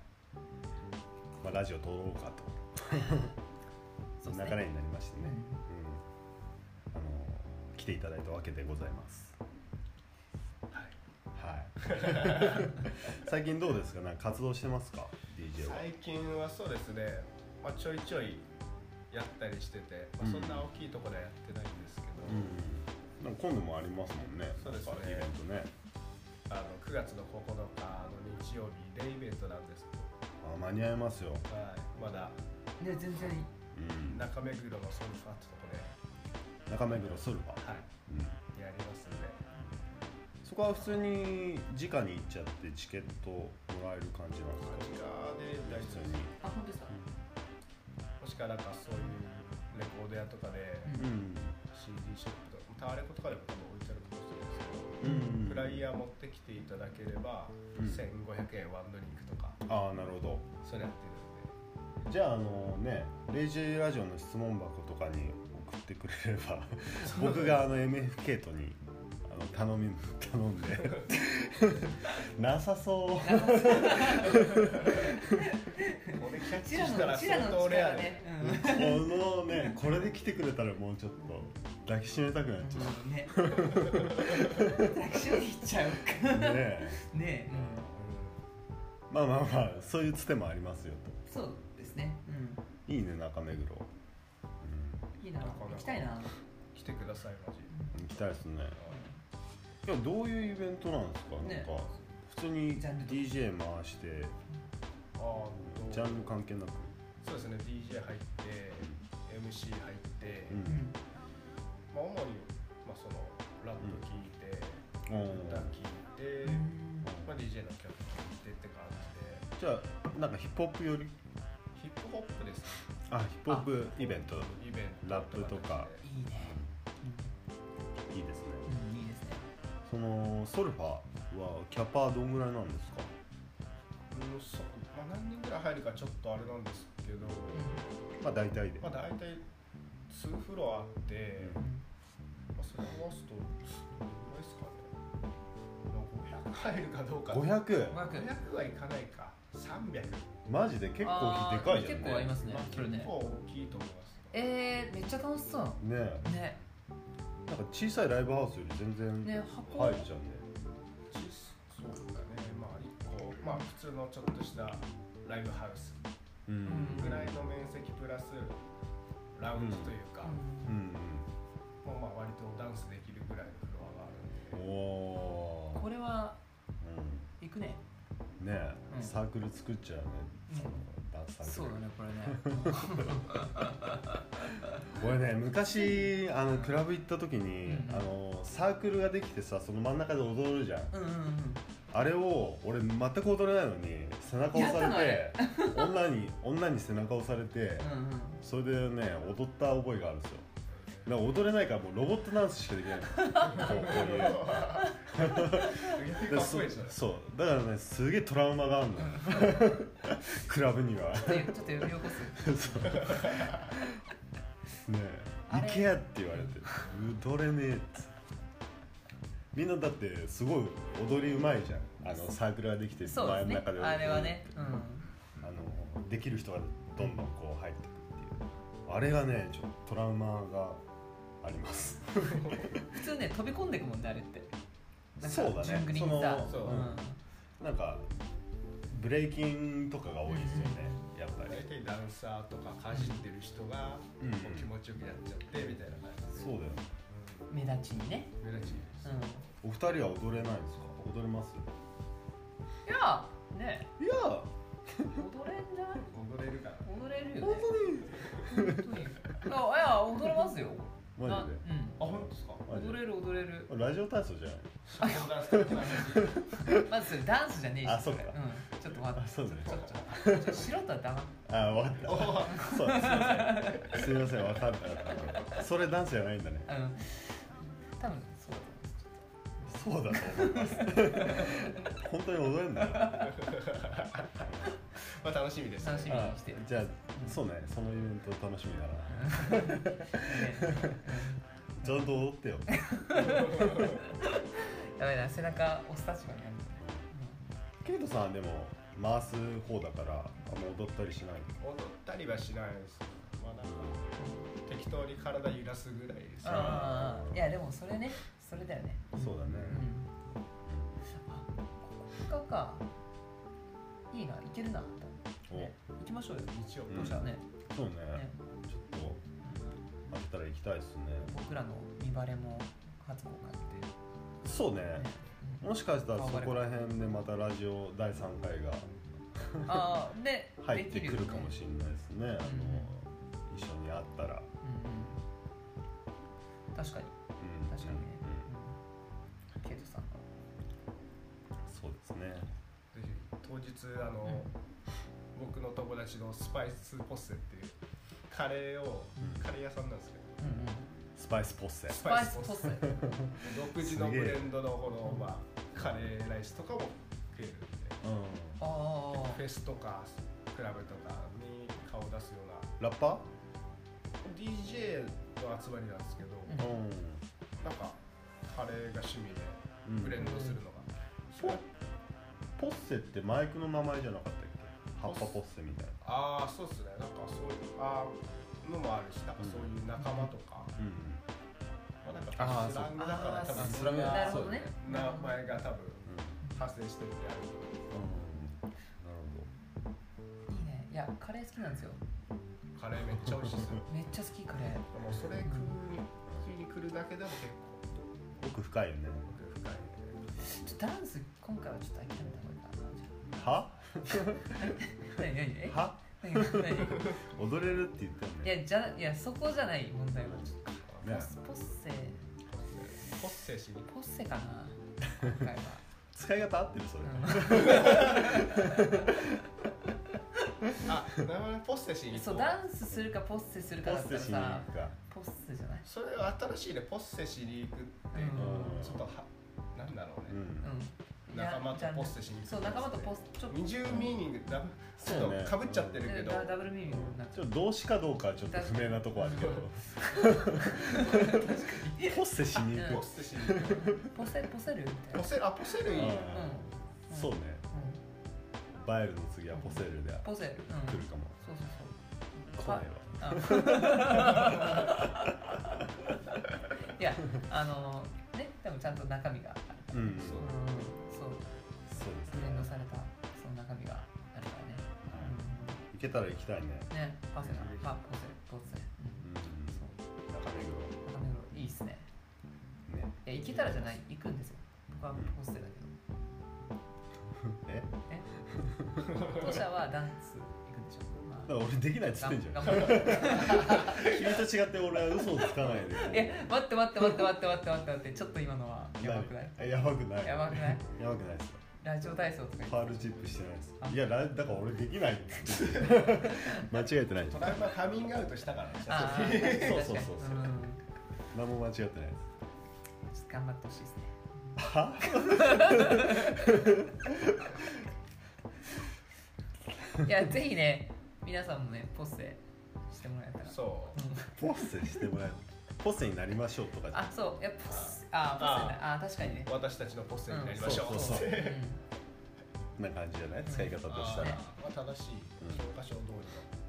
Speaker 1: まあ、ラジオ撮ろうかと
Speaker 2: そうです
Speaker 1: 流
Speaker 2: ね
Speaker 1: れになりましてね、うんあのー来ていただいたわけでございますはい、最近どうですかなんか活動してますか DJ は
Speaker 3: 最近はそうですね、まあ、ちょいちょいやったりしてて、まあ、そんな大きいところはやってないんですけど、
Speaker 1: うんなんか今度もありますもんね
Speaker 3: そうです
Speaker 1: なんかイ
Speaker 3: ね
Speaker 1: ベントね
Speaker 3: あの9月の9日の日曜日でイベントなんですけ
Speaker 1: あ間に合いますよ、
Speaker 3: ど、はい、まだ
Speaker 2: ね全然
Speaker 1: うん、
Speaker 3: 中目黒のソルファーってとこで、
Speaker 1: 中目黒ソルバ、
Speaker 3: は
Speaker 1: うん、
Speaker 3: い、やりますんで
Speaker 1: そこは普通に直に行っちゃってチケットもらえる感じなんです
Speaker 3: こ
Speaker 1: か
Speaker 3: っち側で大
Speaker 1: 普通に
Speaker 3: 丈夫です
Speaker 2: あ本当ですか
Speaker 3: もしかなんかそういうレコード屋とかで
Speaker 2: う
Speaker 1: う
Speaker 2: ん
Speaker 1: ん
Speaker 3: CD ショップとかタワレコとかでも多分置いてあると思うんです
Speaker 1: うん
Speaker 3: けど、フライヤー持ってきていただければ、
Speaker 1: うん
Speaker 3: 1500円ワンドリンクとか
Speaker 1: ああなるほど
Speaker 3: それやって
Speaker 1: じゃああのねレイジーラジオの質問箱とかに送ってく
Speaker 3: [LAUGHS]
Speaker 1: れれば僕があの MFK とにあの頼み [LAUGHS] 頼んで
Speaker 3: [LAUGHS]
Speaker 1: なさそう
Speaker 3: るんでこれキャッ
Speaker 2: う
Speaker 3: チ
Speaker 2: ちら
Speaker 3: した
Speaker 2: の
Speaker 3: ら
Speaker 2: うちら
Speaker 3: 相
Speaker 2: の
Speaker 3: 当レア
Speaker 2: 力
Speaker 3: で、
Speaker 2: ね
Speaker 1: このねこれで来てくれたらもうちょっと抱きしめたくなっちゃう
Speaker 2: うんね抱きしめに行っちゃうか
Speaker 1: ね
Speaker 2: ね
Speaker 1: え
Speaker 2: え、
Speaker 1: まあまあまあそういうつてもありますよ
Speaker 2: うん、そうですねう
Speaker 1: といいね中目黒、
Speaker 2: んいいな
Speaker 3: なかなか
Speaker 2: 行きたいな
Speaker 3: 来てくださいマジ
Speaker 1: うん、行きたいですねいやどういうイベントなんですか、
Speaker 2: ね
Speaker 1: なんか普通に
Speaker 2: ジャンルとか
Speaker 1: DJ 回して
Speaker 3: あー
Speaker 1: ジャンル関係なく
Speaker 3: そうですね DJ 入って MC 入って、
Speaker 1: うん
Speaker 2: うん
Speaker 3: まあ、主に、まあ、そのラップ聞いて、
Speaker 1: おー
Speaker 3: 歌聞いて、
Speaker 2: うん
Speaker 3: まあ、DJ の曲聞いてって感じで
Speaker 1: じゃあなんかヒップホップより
Speaker 3: ヒップホップですね
Speaker 1: あヒップホップイベント
Speaker 3: イベント
Speaker 1: ラップとか
Speaker 3: ですね
Speaker 1: い
Speaker 2: いいね
Speaker 1: いですね
Speaker 2: うん、うん、いいですね
Speaker 1: そのソルファーはキャパどんぐらいなんですか
Speaker 3: うんそうまあ、何人ぐらい入るかちょっとあれなんですけど、
Speaker 1: まあ大体で、
Speaker 3: まあ、大体2フロアあって、
Speaker 1: うん
Speaker 3: まあ、それを合わすとどれぐらいですかね、まあ、500入るかどうか
Speaker 1: 500
Speaker 2: 500
Speaker 3: 500はいかないか300
Speaker 1: マジで結構でかいじゃんね
Speaker 2: 結構ありますね
Speaker 3: まあ
Speaker 2: それ
Speaker 3: 結
Speaker 2: ね
Speaker 3: 構大きいと思います
Speaker 2: えー、めっちゃ楽しそう
Speaker 1: ねえ
Speaker 2: ね
Speaker 1: なんか小さいライブハウスより全然
Speaker 2: ね箱
Speaker 1: 入るじゃんね
Speaker 3: ちそうだねまあ1個まあ普通のちょっとしたライブハウス
Speaker 1: うん
Speaker 3: ぐらいの面積プラスラウンジというか、
Speaker 1: うん
Speaker 3: もうまあ割とダンスできるぐらいのフロアがあ
Speaker 1: うん
Speaker 3: るんで
Speaker 1: おー
Speaker 2: これは
Speaker 1: う
Speaker 2: 行くね
Speaker 1: んねえ、
Speaker 2: うん
Speaker 1: サークル作っちゃうね、ダンスサークル
Speaker 2: そうだねこれね
Speaker 1: 俺ね昔あのクラブ行った時に、
Speaker 2: うん
Speaker 1: あのサークルができてさその真ん中で踊るじゃん
Speaker 2: うんうんうん
Speaker 1: あれを俺全く踊れないのに背中押されて女に女に背中押されて、
Speaker 2: うんうん
Speaker 1: それでね踊った覚えがあるんですよだから踊れないからもうロボットダンスしかできないこうこういう
Speaker 3: 逆に
Speaker 1: だから
Speaker 3: かっこいいじゃ
Speaker 1: そそうだからねすげえトラウマがあるのよ
Speaker 2: [LAUGHS]
Speaker 1: クラブには
Speaker 2: ちょっとちょっと呼び起こす
Speaker 1: そうねえ
Speaker 2: あ
Speaker 1: 行
Speaker 2: れ
Speaker 1: けやって言われて踊れねえっつってみんなだってすごい踊りうまいじゃんあのサークルができて
Speaker 2: そうで
Speaker 1: 前
Speaker 2: す
Speaker 1: の
Speaker 2: ね
Speaker 1: 中で踊る
Speaker 2: あれはねうん
Speaker 1: あのできる人がどんどんこう入ってくっていうあれがねちょっとトラウマがあります
Speaker 2: 普通ね飛び込んでいくもんねあれってなんか
Speaker 1: そうだね
Speaker 2: 19人さ
Speaker 3: その
Speaker 2: う
Speaker 3: そうん
Speaker 1: なんかブレイキンとかが多いですよねやっぱり
Speaker 3: 大体ダンサーとかかじってる人が
Speaker 1: うん
Speaker 3: もう気持ちよくやっちゃってみたいな感じ
Speaker 1: そうだよね
Speaker 2: 目立ちにね
Speaker 3: うん目立ちいいです
Speaker 2: うん
Speaker 1: お二人は踊れないんですか踊れます
Speaker 2: いやね
Speaker 1: いや
Speaker 2: 踊れんじゃない
Speaker 3: 踊れるから
Speaker 2: 踊れるよ
Speaker 1: 本
Speaker 2: ね
Speaker 1: 当
Speaker 2: 本当にいやいや踊れますよ
Speaker 1: に
Speaker 2: な
Speaker 1: マジで
Speaker 2: う
Speaker 3: あ本当ですか
Speaker 1: マジ
Speaker 2: ん踊
Speaker 1: で
Speaker 2: れる踊れる
Speaker 1: ラジオ体操じゃない
Speaker 3: ダンスとか
Speaker 2: まずそれダンスじゃねえし
Speaker 1: あそっか
Speaker 2: れうんちょっと待って
Speaker 1: そうだね
Speaker 2: ちょっとちょっと素人は黙って
Speaker 1: あ分かったそうだすいませんすいません分かったそれダンスじゃないんだね
Speaker 2: うん多分
Speaker 1: そうだと思います本当に踊れるんだよ
Speaker 3: まあ楽しみです、ね、
Speaker 2: 楽しみ
Speaker 1: あ
Speaker 2: にしてる
Speaker 1: じゃあそうねそのイベント楽しみだなちゃんと踊ってよ
Speaker 2: ダメだ背中押す立場にある
Speaker 1: ケイトさんでも回す方だからあんま踊ったりしない
Speaker 3: 踊ったりはしないですまあなんか適当に体揺らすぐらいですね
Speaker 2: ああいやでもそれねそれだよね
Speaker 1: そうだね
Speaker 2: うんあここかいいないけるな多分ね行きましょうよ
Speaker 3: 日曜
Speaker 1: うん
Speaker 2: じゃあね
Speaker 1: そうね
Speaker 2: ね
Speaker 1: ちょっとあったら行きたいですね
Speaker 2: 僕らの見バレも初公開って
Speaker 1: そうね
Speaker 2: ねうん
Speaker 1: もしかしたらそこら辺でまたラジオ第3回が
Speaker 2: ああで
Speaker 1: [LAUGHS] 入ってくるかも
Speaker 2: れ
Speaker 1: しれないですねあの一緒に会ったら、
Speaker 2: 確かに
Speaker 1: うん
Speaker 2: 確かにね
Speaker 1: うん
Speaker 2: ケイトさん
Speaker 1: そうですね
Speaker 3: ぜひ当日あの、僕の友達のスパイスポッセっていうカレーを、
Speaker 1: うん
Speaker 3: カレー屋さんなんですけど
Speaker 2: うんうん
Speaker 1: スパイスポッセ
Speaker 2: スパイスポッセ
Speaker 3: 独自の
Speaker 1: す
Speaker 3: ブ
Speaker 1: げえ
Speaker 3: レンドのこの、まあ、カレーライスとかも食えるんで
Speaker 1: うん
Speaker 2: ああ
Speaker 3: フェスとかクラブとかに顔を出すような
Speaker 1: ラッパ
Speaker 3: DJ の集まりなんですけど、
Speaker 2: うん
Speaker 1: う
Speaker 3: なんかカレーが趣味で
Speaker 1: ん
Speaker 3: ブレンドするのが、
Speaker 1: ポポッセってマイクの名前じゃなかったっけ葉っぱポッセみたいな
Speaker 3: ああそうですねなんかそういうあーのもあるしなんかそういう仲間とか、
Speaker 1: うん
Speaker 3: まあ、なん
Speaker 1: あー
Speaker 3: かスラングだから多
Speaker 1: そう
Speaker 3: 分それ
Speaker 1: あー
Speaker 2: なるほど
Speaker 3: が
Speaker 2: ね
Speaker 3: 名前が
Speaker 1: う
Speaker 3: 多分発生してるんであ
Speaker 1: んう
Speaker 3: る
Speaker 1: んなるほど
Speaker 2: いいねいやカレー好きなんですよ
Speaker 3: カレーめっちゃ美味しいですよ
Speaker 2: めっちゃ好きカレー
Speaker 3: でもそれ食うに食いに来るだけでも結
Speaker 1: 奥深いよね
Speaker 3: 構奥深いんで
Speaker 2: ちょダンス今回はちょっと諦めた方がいいかなじゃ
Speaker 1: は
Speaker 2: あ何何え
Speaker 1: は
Speaker 2: [LAUGHS] 何何
Speaker 1: 踊れるって言ったよ
Speaker 2: い
Speaker 1: ね
Speaker 2: やじゃいやそこじゃない問題はちょっと
Speaker 1: ね
Speaker 2: ポスポッセ
Speaker 3: ポッセしに
Speaker 2: ポッセかな今回は
Speaker 1: 使い方合ってるそれ、
Speaker 3: あ名前ポッセしに
Speaker 2: う
Speaker 3: 行 [LAUGHS]
Speaker 2: んそう
Speaker 3: こ
Speaker 2: ダンスするかポッセする
Speaker 1: ポ
Speaker 2: かだっ
Speaker 1: ッ
Speaker 2: たら
Speaker 1: セしに行
Speaker 2: さ
Speaker 1: くか
Speaker 2: ポッセじゃない
Speaker 3: それは新しいねポッセしに行くっていう
Speaker 1: うん
Speaker 3: ちょっとはなんだろう
Speaker 1: う
Speaker 3: ね、
Speaker 1: ん
Speaker 2: うん
Speaker 3: 仲間
Speaker 2: いや
Speaker 3: とポッセしに行く
Speaker 2: そう仲間とポッ
Speaker 3: セ
Speaker 2: ちょっと
Speaker 3: 二重ミーニングだち
Speaker 1: そう
Speaker 3: ょ
Speaker 1: ね
Speaker 3: っとかぶっちゃってるけど、
Speaker 2: ダダブルミーニングになっち
Speaker 1: ち
Speaker 2: ゃ
Speaker 1: ょっと動詞かどうかはちょっと不明なとこあるけどポ
Speaker 2: [LAUGHS]
Speaker 1: ッセしに行
Speaker 2: うん
Speaker 1: く
Speaker 3: ポッセしに行く
Speaker 2: うポセポセるみたい
Speaker 3: ポ
Speaker 2: な
Speaker 3: セあポセ
Speaker 1: う
Speaker 3: 類
Speaker 1: ん
Speaker 3: いいね
Speaker 2: うん
Speaker 1: そうね
Speaker 2: うん
Speaker 1: バイルの次はポセルで
Speaker 2: ポセルうん
Speaker 1: 来るかも
Speaker 2: そうそ
Speaker 1: 来
Speaker 2: うそう
Speaker 1: ないわ
Speaker 2: あ
Speaker 3: [LAUGHS]
Speaker 2: いやあのね多分ちゃんと中身があるから
Speaker 1: う
Speaker 2: うん
Speaker 1: ん
Speaker 2: そ
Speaker 3: そう
Speaker 2: う
Speaker 1: そうです
Speaker 2: ブレンドさ
Speaker 1: ね
Speaker 2: れたその中身があるからね
Speaker 1: 行けたら行きたいね
Speaker 2: うんねパセがパポセポセ
Speaker 1: う
Speaker 2: うんんそ
Speaker 1: 中目
Speaker 2: う中目黒いいっすね
Speaker 1: 黒ね
Speaker 2: いや行けたらじゃない行くんですよ僕はポセだけど
Speaker 1: え
Speaker 2: 当社はダンス行くんでしょま
Speaker 1: だから俺できないっつってんじゃん
Speaker 2: 頑張る [LAUGHS]
Speaker 1: 君と違って俺は嘘をつかない
Speaker 2: い
Speaker 1: で
Speaker 2: や待って待って待って待って待って待って待ってちょっと今のはやばくない
Speaker 1: いやばくない
Speaker 2: やばくない
Speaker 1: やばくないですよ
Speaker 2: ラジオ体操とか言って
Speaker 1: パールチップしてないですいやラだから俺できないっつって
Speaker 2: [LAUGHS]
Speaker 1: 間違えてないです
Speaker 3: トラウマカミングアウトしたからね
Speaker 2: あー
Speaker 1: そうそうそうそう
Speaker 2: 確かにん
Speaker 1: 何も間違ってないです
Speaker 2: ちょっと頑張ってほしいですね
Speaker 1: は
Speaker 2: いやぜひね皆さんもねポッセしてもらえたらう、
Speaker 3: そう
Speaker 1: ポッセしてもらえるポッセになりましょうとかじゃ
Speaker 2: あそういやポッセあーポッセだあー確かにね
Speaker 3: 私たちのポッセになりましょう、
Speaker 1: うんそうそうそう
Speaker 2: うん
Speaker 1: な感じじゃない使い方とした
Speaker 3: あ
Speaker 1: ら
Speaker 3: ーまあ正しい
Speaker 1: うん
Speaker 3: 教科書通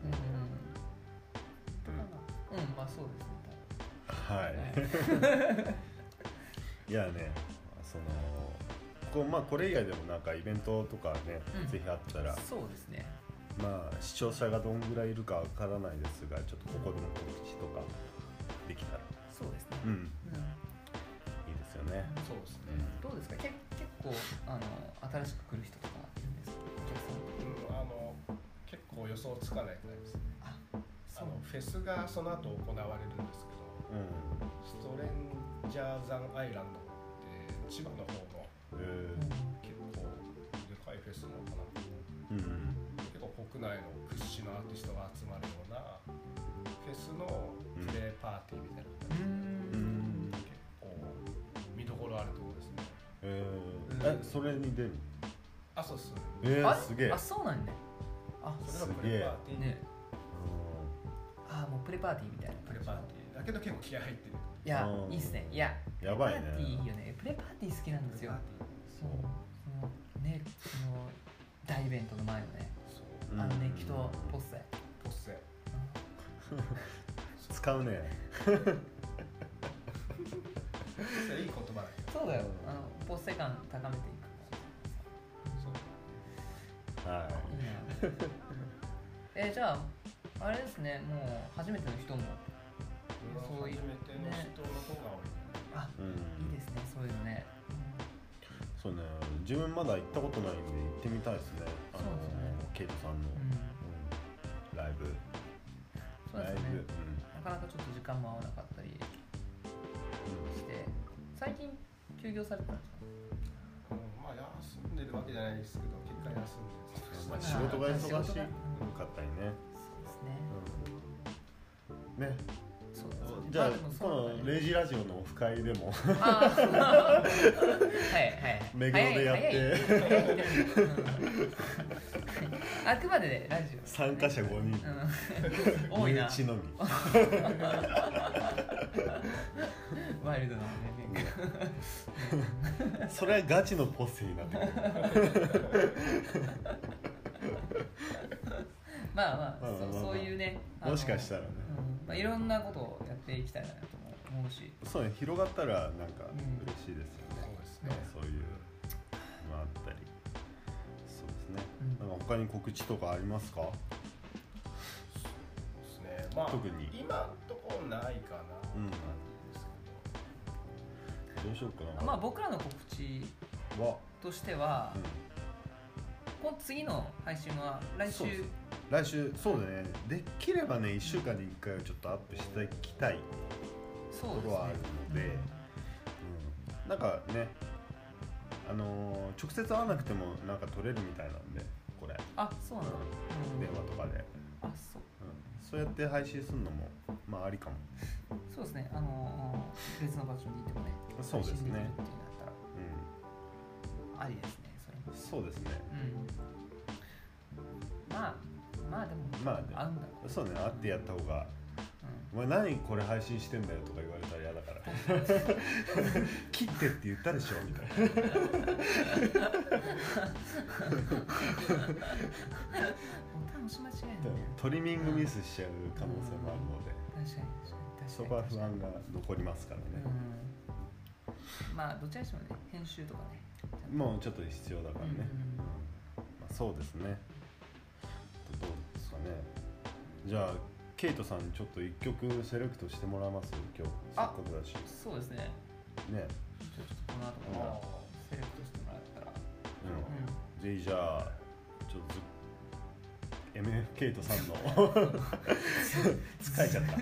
Speaker 3: りの
Speaker 2: うんうんうんまあそうですね
Speaker 1: はいいやねそのこうまあこれ以外でもなんかイベントとかね、
Speaker 2: うん
Speaker 1: ぜひあった
Speaker 2: 多分
Speaker 1: ら
Speaker 2: [LAUGHS] そうですね
Speaker 1: まあ視聴者がどんぐらいいるかわからないですがちょっとここでも告知とかできたら
Speaker 2: そうですね
Speaker 1: うん
Speaker 2: うん
Speaker 1: いいですよね
Speaker 3: そうですね、
Speaker 2: どうですかけ結構あの新しく来る人とかいるんですかお客さん
Speaker 3: うん、あの結構予想つかないくらいですね
Speaker 2: あ
Speaker 3: あ
Speaker 2: そう
Speaker 3: のフェスがその後行われるんですけど
Speaker 1: うん、
Speaker 3: ストレンジャーザンアイランドって千葉の方の
Speaker 1: え
Speaker 3: 結構でかいフェスなのかな
Speaker 1: ーうん
Speaker 3: 結構国内の屈指のアーティストが集まるようなフェスのプレーパーティーみたいな、
Speaker 2: うん
Speaker 1: うん
Speaker 3: 結構見どころあるところですね
Speaker 1: えそれに出る
Speaker 3: あそうっす
Speaker 1: え
Speaker 2: あ
Speaker 1: ー、
Speaker 2: れ
Speaker 1: すげえ
Speaker 2: あそうなんねあ
Speaker 3: それがプレパーティー、
Speaker 2: ねあーもうプレパーティーみたいな
Speaker 3: プレパーティーだけど結構気合入ってる
Speaker 2: いや
Speaker 1: うん
Speaker 2: いいっすねいや
Speaker 1: うんやばいね
Speaker 2: プレパーティーいいよねプレパーティー好きなんですよ
Speaker 1: そう
Speaker 2: もうねその大イベントの前のね
Speaker 3: そう
Speaker 1: うん
Speaker 2: あの熱気とポスター
Speaker 3: ポッセ
Speaker 1: 使うね
Speaker 3: ポッセいい言葉だけど
Speaker 2: そうだよあのポスター感高めてい
Speaker 3: そう
Speaker 1: はい
Speaker 2: く [LAUGHS] いいなえじゃああれですねもう初めての人も
Speaker 3: そ
Speaker 2: そう
Speaker 3: う
Speaker 2: いう
Speaker 3: 初めての人の方が多いね
Speaker 2: あ
Speaker 1: うん
Speaker 2: いいですねそういうのね
Speaker 1: そうね自分まだ行ったことないんで行ってみたいですねあの
Speaker 2: そうですね
Speaker 1: ケイトさんの、う
Speaker 2: う
Speaker 1: ん
Speaker 2: ん
Speaker 1: ライブ
Speaker 2: そうで
Speaker 1: ラ
Speaker 2: す
Speaker 1: イ
Speaker 2: ね
Speaker 1: ブ、
Speaker 2: なかなかちょっと時間も合わなかったりして最近休業されてたんですか
Speaker 3: うんまあ休んでるわけじゃないですけど結果休
Speaker 1: うん
Speaker 3: んで
Speaker 1: まあ、
Speaker 3: る
Speaker 1: 仕事が忙し
Speaker 2: 仕事
Speaker 1: い
Speaker 2: が
Speaker 1: かったりね、
Speaker 2: そうですね
Speaker 1: うん、ね
Speaker 2: そうですね
Speaker 1: じゃあ
Speaker 2: までも
Speaker 1: こ
Speaker 2: そうなん
Speaker 1: の
Speaker 2: だね
Speaker 1: レイジラジオのオフ会でも [LAUGHS]
Speaker 2: あーはいはい
Speaker 1: 目黒でやっ
Speaker 2: 早い
Speaker 1: て
Speaker 2: 早い早いうんあくまでねラジオ
Speaker 1: 参加者5人
Speaker 2: うん多い
Speaker 1: 身
Speaker 2: な
Speaker 1: 内のみ
Speaker 2: ワイルドなね面が [LAUGHS]
Speaker 1: それはガチのポスになってくるまあまあま
Speaker 2: まあまあ
Speaker 1: あ
Speaker 2: そうそういうねあの
Speaker 1: もしかしたらね
Speaker 2: うんまあいろんなことをやっていきたいなとも思うし
Speaker 1: そうね広がったらなんか
Speaker 2: うん
Speaker 1: 嬉しいですよね、
Speaker 3: そうです
Speaker 1: ま
Speaker 3: ね
Speaker 1: あそういうのあったりそうですね、
Speaker 2: うん
Speaker 1: なんか他に告知とかありますか
Speaker 3: そうですねまあ
Speaker 1: 特に
Speaker 3: 今のところないかなって
Speaker 1: うん
Speaker 3: 感じですけど
Speaker 1: どうしようかな
Speaker 2: まあ僕らの告知
Speaker 1: は、
Speaker 2: としては
Speaker 1: うん、
Speaker 2: この次の配信は来
Speaker 1: そうで
Speaker 2: 週
Speaker 1: す来週そうだねできればね1週間に1回はちょっとアップしていきたい
Speaker 2: そ
Speaker 1: とこ
Speaker 2: うですね
Speaker 1: ろはあるのでうんなんかねあのー直接会わなくてもなんか撮れるみたいなんでこれ
Speaker 2: あそうなんだ、うん
Speaker 1: 電話とかで、
Speaker 2: あそう
Speaker 1: うん、そうやって配信するのもまあありかも
Speaker 2: そうですねあの別の場所にいてもね
Speaker 1: そうですね
Speaker 2: 配信きることになっ
Speaker 1: う
Speaker 2: たらありですねそれも
Speaker 1: んそうですね
Speaker 2: うんまあまあでも
Speaker 1: まあね
Speaker 2: 合うんだろ
Speaker 1: そうね会ってやった方が「お前何これ配信してんだよ」とか言われたら嫌だから
Speaker 2: [LAUGHS]
Speaker 1: 「 [LAUGHS] 切って」って言ったでしょみたいな
Speaker 2: うん、ボタン押し間違えないんだよ
Speaker 1: トリミングミスしちゃう可能性もあるので
Speaker 2: 確かに確かに
Speaker 1: そこは不安
Speaker 2: だ
Speaker 1: が残りますからね、
Speaker 2: うんまあどちらにしてもね編集とかね
Speaker 1: もうちょっと必要だからね、
Speaker 2: うん
Speaker 1: うんまあ、そうですねどうですかねじゃあケイトさんにちょっと一曲セレクトしてもらいます今日せっ
Speaker 2: あ
Speaker 1: かくだし
Speaker 2: そうですね
Speaker 1: ね
Speaker 2: ちょっとこの後
Speaker 1: うん
Speaker 2: もセレクトしてもらったらう
Speaker 1: うん、でじゃあちょっとず MF ケイトさんの使えちゃった、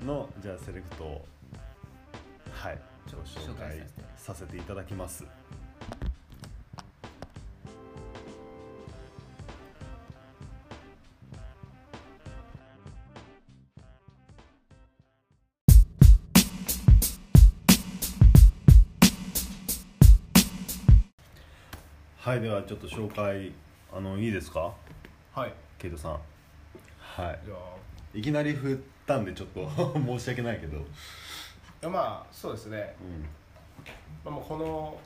Speaker 1: うん、のじゃあセレクトをはい
Speaker 2: ちょ
Speaker 1: ご紹
Speaker 2: 紹介
Speaker 1: 介
Speaker 2: させて
Speaker 1: させていただきますはいではちょっと紹介あのいいですか
Speaker 3: はい
Speaker 1: ケイトさんは
Speaker 3: じゃ
Speaker 1: いいきなり振ったんでちょっと [LAUGHS] 申し訳ないけど、
Speaker 3: あまあそうですね、
Speaker 1: うん、
Speaker 3: まあ、もうこの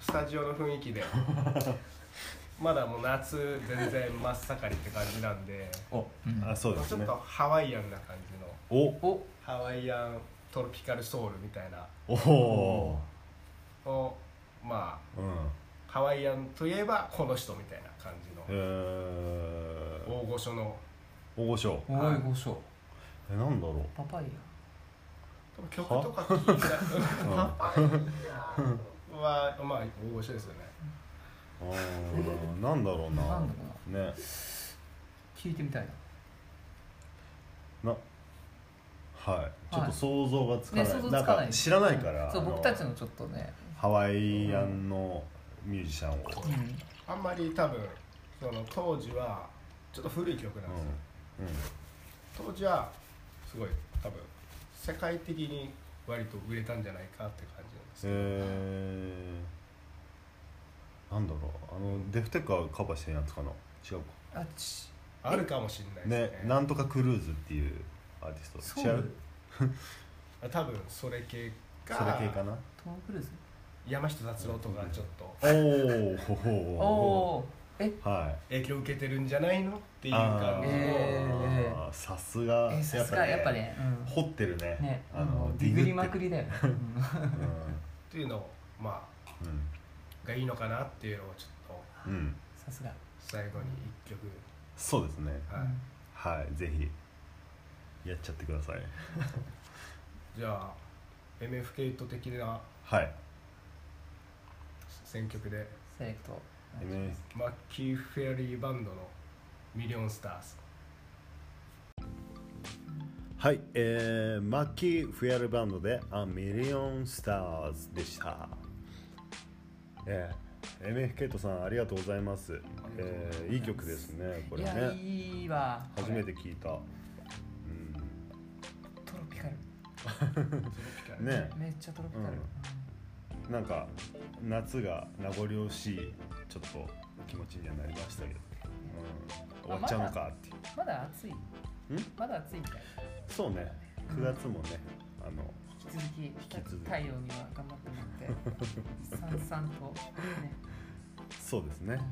Speaker 3: スタジオの雰囲気
Speaker 1: [LAUGHS]
Speaker 3: でまだもう夏全然真っ盛りって感じなんで
Speaker 1: お、
Speaker 2: ん
Speaker 1: あそうで
Speaker 3: ち
Speaker 1: す
Speaker 3: ょっ
Speaker 1: ね
Speaker 3: とハワイアンな感じの
Speaker 1: お
Speaker 2: お
Speaker 3: ハワイアントロピカルソウルみたいな
Speaker 1: おお
Speaker 3: をまあ
Speaker 1: ーうん
Speaker 3: ハワイアンといえばこの人みたいな感じの
Speaker 1: えー、
Speaker 3: 大御所の
Speaker 1: 大御所
Speaker 2: おい御所
Speaker 1: えなんだろう
Speaker 2: パパイ
Speaker 3: 曲とか聴いた [LAUGHS] はまあ大御所ですよね
Speaker 1: あーなんだろう
Speaker 2: ヤな
Speaker 1: なん
Speaker 2: だかな
Speaker 1: ね
Speaker 2: 聞いてみたい
Speaker 1: なはいちょっと想像がつかない,、
Speaker 2: ね想像つかない
Speaker 1: んか知らないか
Speaker 2: な
Speaker 1: ら
Speaker 2: そう
Speaker 1: あの
Speaker 2: 僕たちのちょっとね
Speaker 1: ハワイアンのミュージシャンを、
Speaker 2: うん
Speaker 3: あんまり多分その当時はちょっと古い曲なんですよ、
Speaker 1: うん
Speaker 3: 当時はすごい多分世界的に割と売れたんじゃないかって感じなんですよ
Speaker 1: えなんだろうあのデフテックはカバーしてんやつかな違うか
Speaker 2: あち
Speaker 3: あるかもしれないで
Speaker 1: ね
Speaker 3: すね
Speaker 1: なんとかクルーズっていうアーティスト
Speaker 2: そう
Speaker 1: 違
Speaker 2: なの
Speaker 1: う
Speaker 3: 多分それ系か
Speaker 1: それ系か
Speaker 2: [LAUGHS]
Speaker 1: な
Speaker 2: トム・クルーズ
Speaker 3: 山下達郎とかちょっと
Speaker 1: おーほほ
Speaker 2: お
Speaker 1: ほ
Speaker 2: おーえ
Speaker 1: はい
Speaker 3: 影響受けてるんじゃないのっていう感じの、
Speaker 2: え
Speaker 1: あーさすが
Speaker 2: えさすがやっぱねうん
Speaker 1: 掘ってるね
Speaker 2: ね
Speaker 1: あの
Speaker 2: ディグりまくり
Speaker 1: で [LAUGHS]
Speaker 2: だよね
Speaker 1: う
Speaker 3: っていうのをまあ
Speaker 1: ん
Speaker 3: がいいのかなっていうのをちょっと
Speaker 1: うんうん
Speaker 2: さすが
Speaker 3: 最後に一曲、
Speaker 1: そうですね
Speaker 3: はい
Speaker 1: はいぜひやっちゃってください
Speaker 3: じゃあ MFK ト的な
Speaker 1: はい
Speaker 3: 選曲で
Speaker 2: セレクト
Speaker 1: MS
Speaker 3: マッキー・フェアリーバンドの「ミリオンスターズ
Speaker 1: はい、えー、マッキー・フェアルバンドで「A Million Stars」でした、えー、MF ケイトさんありがとうございます
Speaker 3: りがとう
Speaker 1: え
Speaker 3: ございます
Speaker 1: ーいい曲ですねこ
Speaker 2: い
Speaker 1: れ
Speaker 2: や
Speaker 1: ね
Speaker 2: いいわ
Speaker 1: 初めて聞いた、うん、
Speaker 2: トロピカル」
Speaker 1: ね
Speaker 2: めっちゃトロピカル、
Speaker 1: うんなんか夏が名残惜しいちょっと気持ちにはなりましたけど、うん、終わっちゃうのかっていう
Speaker 2: まだ暑いんまだ暑いみたい
Speaker 1: そうね9月もねあの
Speaker 2: 引き続き
Speaker 1: 続き
Speaker 2: 太陽には頑張ってもらってさんさんとね、
Speaker 1: そうです
Speaker 2: う
Speaker 1: ね
Speaker 2: ん、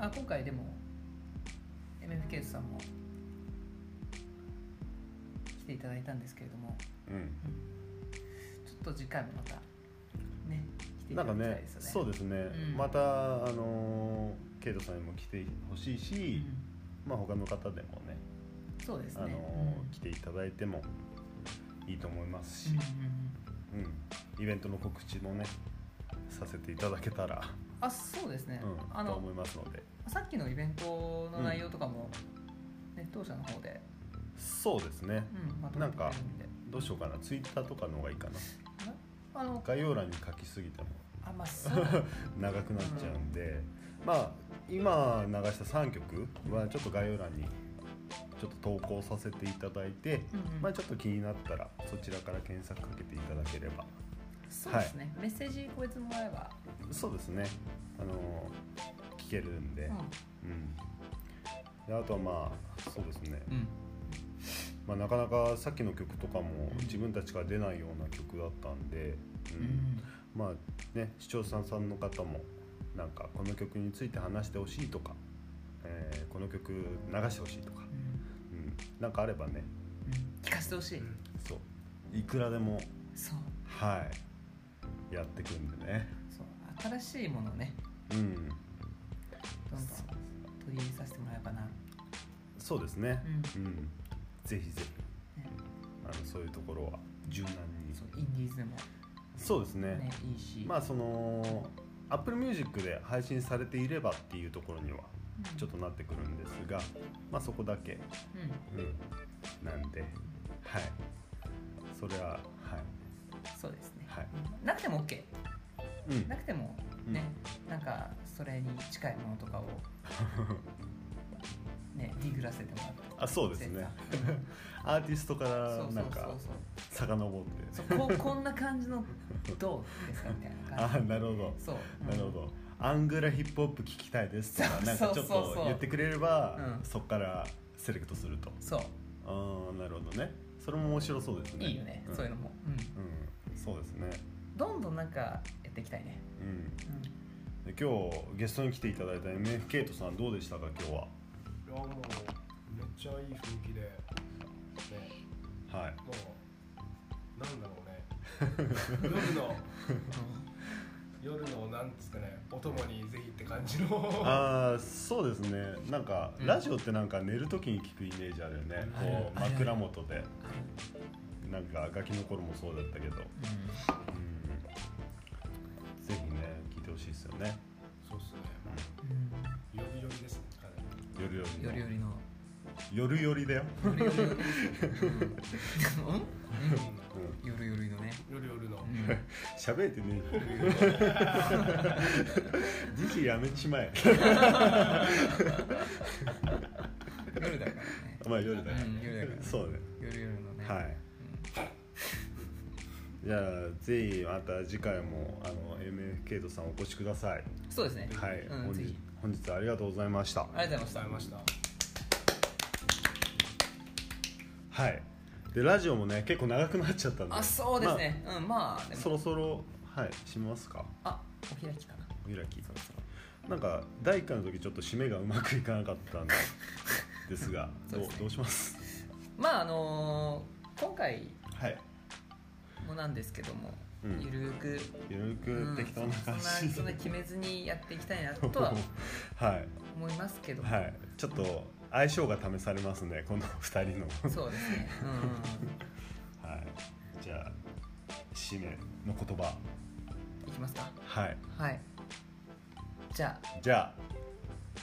Speaker 2: あ今回でも MFK さんも来ていただいたんですけれども
Speaker 1: うん、うん
Speaker 2: ちょっと次回もまたね来てい
Speaker 1: な
Speaker 2: た
Speaker 1: ん
Speaker 2: だ
Speaker 1: か
Speaker 2: きたい
Speaker 1: ね
Speaker 2: ですよね
Speaker 1: そうですね、
Speaker 2: うん
Speaker 1: またあのーケイトさんにも来てほしいし、
Speaker 2: うん
Speaker 1: まあ他の方でもね、
Speaker 2: そうです
Speaker 1: あ
Speaker 2: ね
Speaker 1: のー
Speaker 2: うん
Speaker 1: 来ていただいてもいいと思いますし、
Speaker 2: うんうんうん
Speaker 1: うんイベントの告知もねさせていただけたら、
Speaker 2: あそうですね、
Speaker 1: うん
Speaker 2: あ
Speaker 1: と
Speaker 2: の
Speaker 1: 思いますので
Speaker 2: さっきのイベントの内容とかも、ネット社の方で、
Speaker 1: そうですね
Speaker 2: うん、まとめてくれるんで
Speaker 1: どうしようかなツイッターとかの方がいいかな
Speaker 2: あの
Speaker 1: 概要欄に書きすぎても
Speaker 2: あま
Speaker 1: [LAUGHS]
Speaker 2: あそうだね
Speaker 1: 長くなっちゃうんで、まあ今流した3曲はちょっと概要欄にちょっと投稿させていただいて、
Speaker 2: うんうん
Speaker 1: まあ、ちょっと気になったらそちらから検索かけていただければ
Speaker 2: そうですね、メッセージ個別もらえば、
Speaker 1: そうですねあの聞けるんで,、
Speaker 2: う
Speaker 1: うんであとはまあそうですね、
Speaker 2: ん
Speaker 1: まあ、なかなかさっきの曲とかも
Speaker 2: うん
Speaker 1: 自分たちが出ないような曲だったんで、う
Speaker 2: うんん
Speaker 1: まあね視聴者さんの方もなんかこの曲について話してほしいとか、えーこの曲流してほしいとか、
Speaker 2: うん
Speaker 1: うん、なんかあればね
Speaker 2: 聞かせてほしい、
Speaker 3: うん
Speaker 1: そういくらでも
Speaker 2: そう
Speaker 1: はいやってくんでね
Speaker 2: そう新しいものをね
Speaker 1: うん
Speaker 2: どんどん取り入れさせてもらえばな、
Speaker 1: そうですね
Speaker 2: うん
Speaker 1: うん、ぜひぜひ
Speaker 2: ね
Speaker 1: あのそういうところは柔軟に
Speaker 2: そうインディーズでも、
Speaker 1: そうですね
Speaker 2: ね、いいし、
Speaker 1: まあその Apple Music で配信されていればっていうところには
Speaker 2: うん
Speaker 1: ちょっとなってくるんですが、まあ、そこだけ
Speaker 2: うん
Speaker 1: うん、なんで、はい、それは、は
Speaker 2: そうですね、
Speaker 1: はい
Speaker 2: うんなくても OK
Speaker 1: い、うん
Speaker 2: な、くてもね、なんかそれに近いもの
Speaker 1: [LAUGHS]
Speaker 2: とかをねディグらせてもらって
Speaker 1: あ、そうですね。アーティストか
Speaker 2: そう
Speaker 1: ら
Speaker 2: そ
Speaker 1: な
Speaker 2: うん
Speaker 1: か
Speaker 2: そ
Speaker 1: 遡って、
Speaker 2: うそうそうここんな感じのどうですかみたいな感
Speaker 1: あ、なるほ
Speaker 2: じ
Speaker 1: ど、
Speaker 2: そう、うん
Speaker 1: なるほど。アングラヒップホップ聞きたいですとか、なんかちょっ
Speaker 2: そうそ
Speaker 1: と
Speaker 2: うそうそう
Speaker 1: 言ってくれれば
Speaker 2: う、ん
Speaker 1: そこからセレクトすると。
Speaker 2: そう
Speaker 1: ああ、なるほどね。それも面白そうですね。
Speaker 2: いいよね、
Speaker 1: ん
Speaker 2: そういうのも、うん、
Speaker 1: うん、そうですね。
Speaker 2: どんどんなんかやっていきたいね、
Speaker 1: うん。
Speaker 2: うん、
Speaker 1: で今日ゲストに来ていただいた MF ケイトさんどうでしたか今日は。
Speaker 3: いやもうめっちゃいい雰囲気で、ね、
Speaker 1: はい。
Speaker 3: もうなんだろうね夜の夜のなんつうかねお供にぜひって感じの
Speaker 1: あーそうですねなんか、
Speaker 2: うん
Speaker 1: ラジオってなんか寝る時に聞くイメージあるよね、
Speaker 3: ある
Speaker 1: こう
Speaker 2: ある
Speaker 1: 枕元でなんかガキの頃もそうだったけど、うん、ぜひね聞いてほしいですよね、
Speaker 3: そうっすね
Speaker 2: うんうん
Speaker 3: 呼び呼びですねかね
Speaker 1: 夜より
Speaker 2: よりよりの
Speaker 1: 夜よりだよ、
Speaker 2: よ
Speaker 1: [LAUGHS]
Speaker 2: りよりのうん
Speaker 1: うん、
Speaker 2: うんよりよりのね、
Speaker 3: 夜夜の
Speaker 2: うん
Speaker 1: 喋ってね
Speaker 2: [LAUGHS]
Speaker 1: 時期やめちまえ
Speaker 2: 夜だからね
Speaker 1: まあ夜だよ、
Speaker 2: うん夜だから
Speaker 1: そうね
Speaker 2: 夜夜のね
Speaker 1: はいじゃあぜひまた次回もあの MFK とさんお越しください
Speaker 2: そうですね
Speaker 1: はい、
Speaker 2: うん、
Speaker 1: 本
Speaker 2: ぜ
Speaker 1: 日
Speaker 2: ひ
Speaker 1: 本日はありがとうございました
Speaker 2: ありがとうご
Speaker 3: ご
Speaker 2: ざい
Speaker 3: ざい
Speaker 2: ま
Speaker 3: ま
Speaker 2: し
Speaker 3: した
Speaker 1: はいでラジオもね結構長くなっちゃったんで
Speaker 2: たあそうですね、うんまあ
Speaker 1: ま
Speaker 2: で
Speaker 1: あ
Speaker 2: も
Speaker 1: そろそろはいしますか
Speaker 2: あお開きかな
Speaker 1: お開きなんか第1回の時ちょっと締めがうまくいかなかった
Speaker 2: [LAUGHS]
Speaker 1: んでですが
Speaker 2: そうで
Speaker 1: ど
Speaker 2: すね
Speaker 1: うどうします
Speaker 2: まああのー今回
Speaker 1: はい
Speaker 2: もなんですけども、
Speaker 1: うん
Speaker 2: ゆるく、
Speaker 1: ゆる
Speaker 2: う
Speaker 1: く
Speaker 2: ん
Speaker 1: 適当な
Speaker 2: そん
Speaker 1: 感
Speaker 2: な
Speaker 1: じ
Speaker 2: そんな決めずにやっていきたいなとは
Speaker 1: [LAUGHS] はい
Speaker 2: 思いますけども、
Speaker 1: はいちょっと相性が試されますねこの2人 [LAUGHS] の
Speaker 2: そうですねうんうんうん
Speaker 1: はいじゃあ締めの言葉
Speaker 2: いきますか
Speaker 1: はい
Speaker 2: はいじゃ
Speaker 1: じゃあ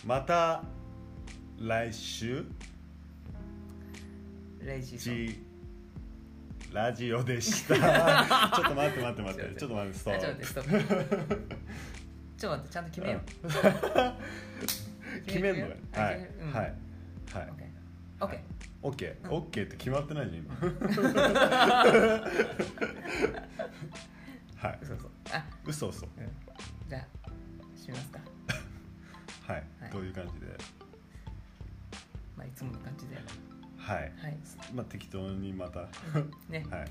Speaker 1: また来週
Speaker 2: あレイジーさん
Speaker 1: ちラジオでした
Speaker 2: [LAUGHS]
Speaker 1: ちょっと待って待って待ってちょっと待ってスト
Speaker 2: あちょっ
Speaker 1: ッ
Speaker 2: と待っ
Speaker 1: プ
Speaker 2: てストップ
Speaker 1: [LAUGHS]
Speaker 2: ちょっと待ってちゃんと決めよう
Speaker 1: 決めんのよ
Speaker 2: あ
Speaker 1: はい
Speaker 2: 決めるうん
Speaker 1: はいはい
Speaker 2: OK OK
Speaker 1: オッケーオッケーって決まってないじゃん今はい
Speaker 2: 嘘嘘あ
Speaker 1: 嘘嘘
Speaker 2: じゃあ閉めますか
Speaker 1: はい
Speaker 2: はい
Speaker 1: どういう感じで
Speaker 2: まあいつもの感じで
Speaker 1: はい
Speaker 2: はい
Speaker 1: まあ適当にまた
Speaker 2: ね
Speaker 1: はい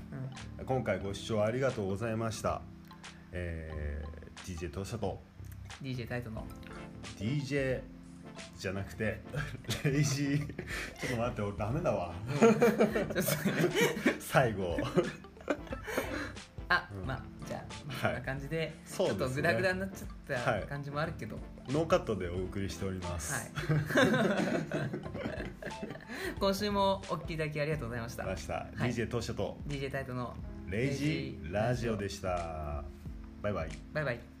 Speaker 2: うん
Speaker 1: 今回ご視聴ありがとうございましたえー DJ トシャと
Speaker 2: DJ タイト [LAUGHS] の
Speaker 1: DJ じゃなくて [LAUGHS] レイジーちょっと待って俺ダメだわ
Speaker 2: ちょっとね
Speaker 1: 最後
Speaker 2: あ、
Speaker 1: うん
Speaker 2: まあじゃあ、ま
Speaker 1: はい
Speaker 2: あこんな感じで
Speaker 1: そうですね
Speaker 2: ちょっとグダグダになっちゃ
Speaker 1: は
Speaker 2: っ
Speaker 1: い
Speaker 2: た感じもあるけど、はい
Speaker 1: ノーカットでお送りしております、
Speaker 2: [LAUGHS] 今週もお聞きいただきありがとうございました
Speaker 1: ました、
Speaker 2: はい
Speaker 1: DJ トシャと
Speaker 2: DJ タイトの
Speaker 1: レイジーラジオでしたバイバイ
Speaker 2: バイバイ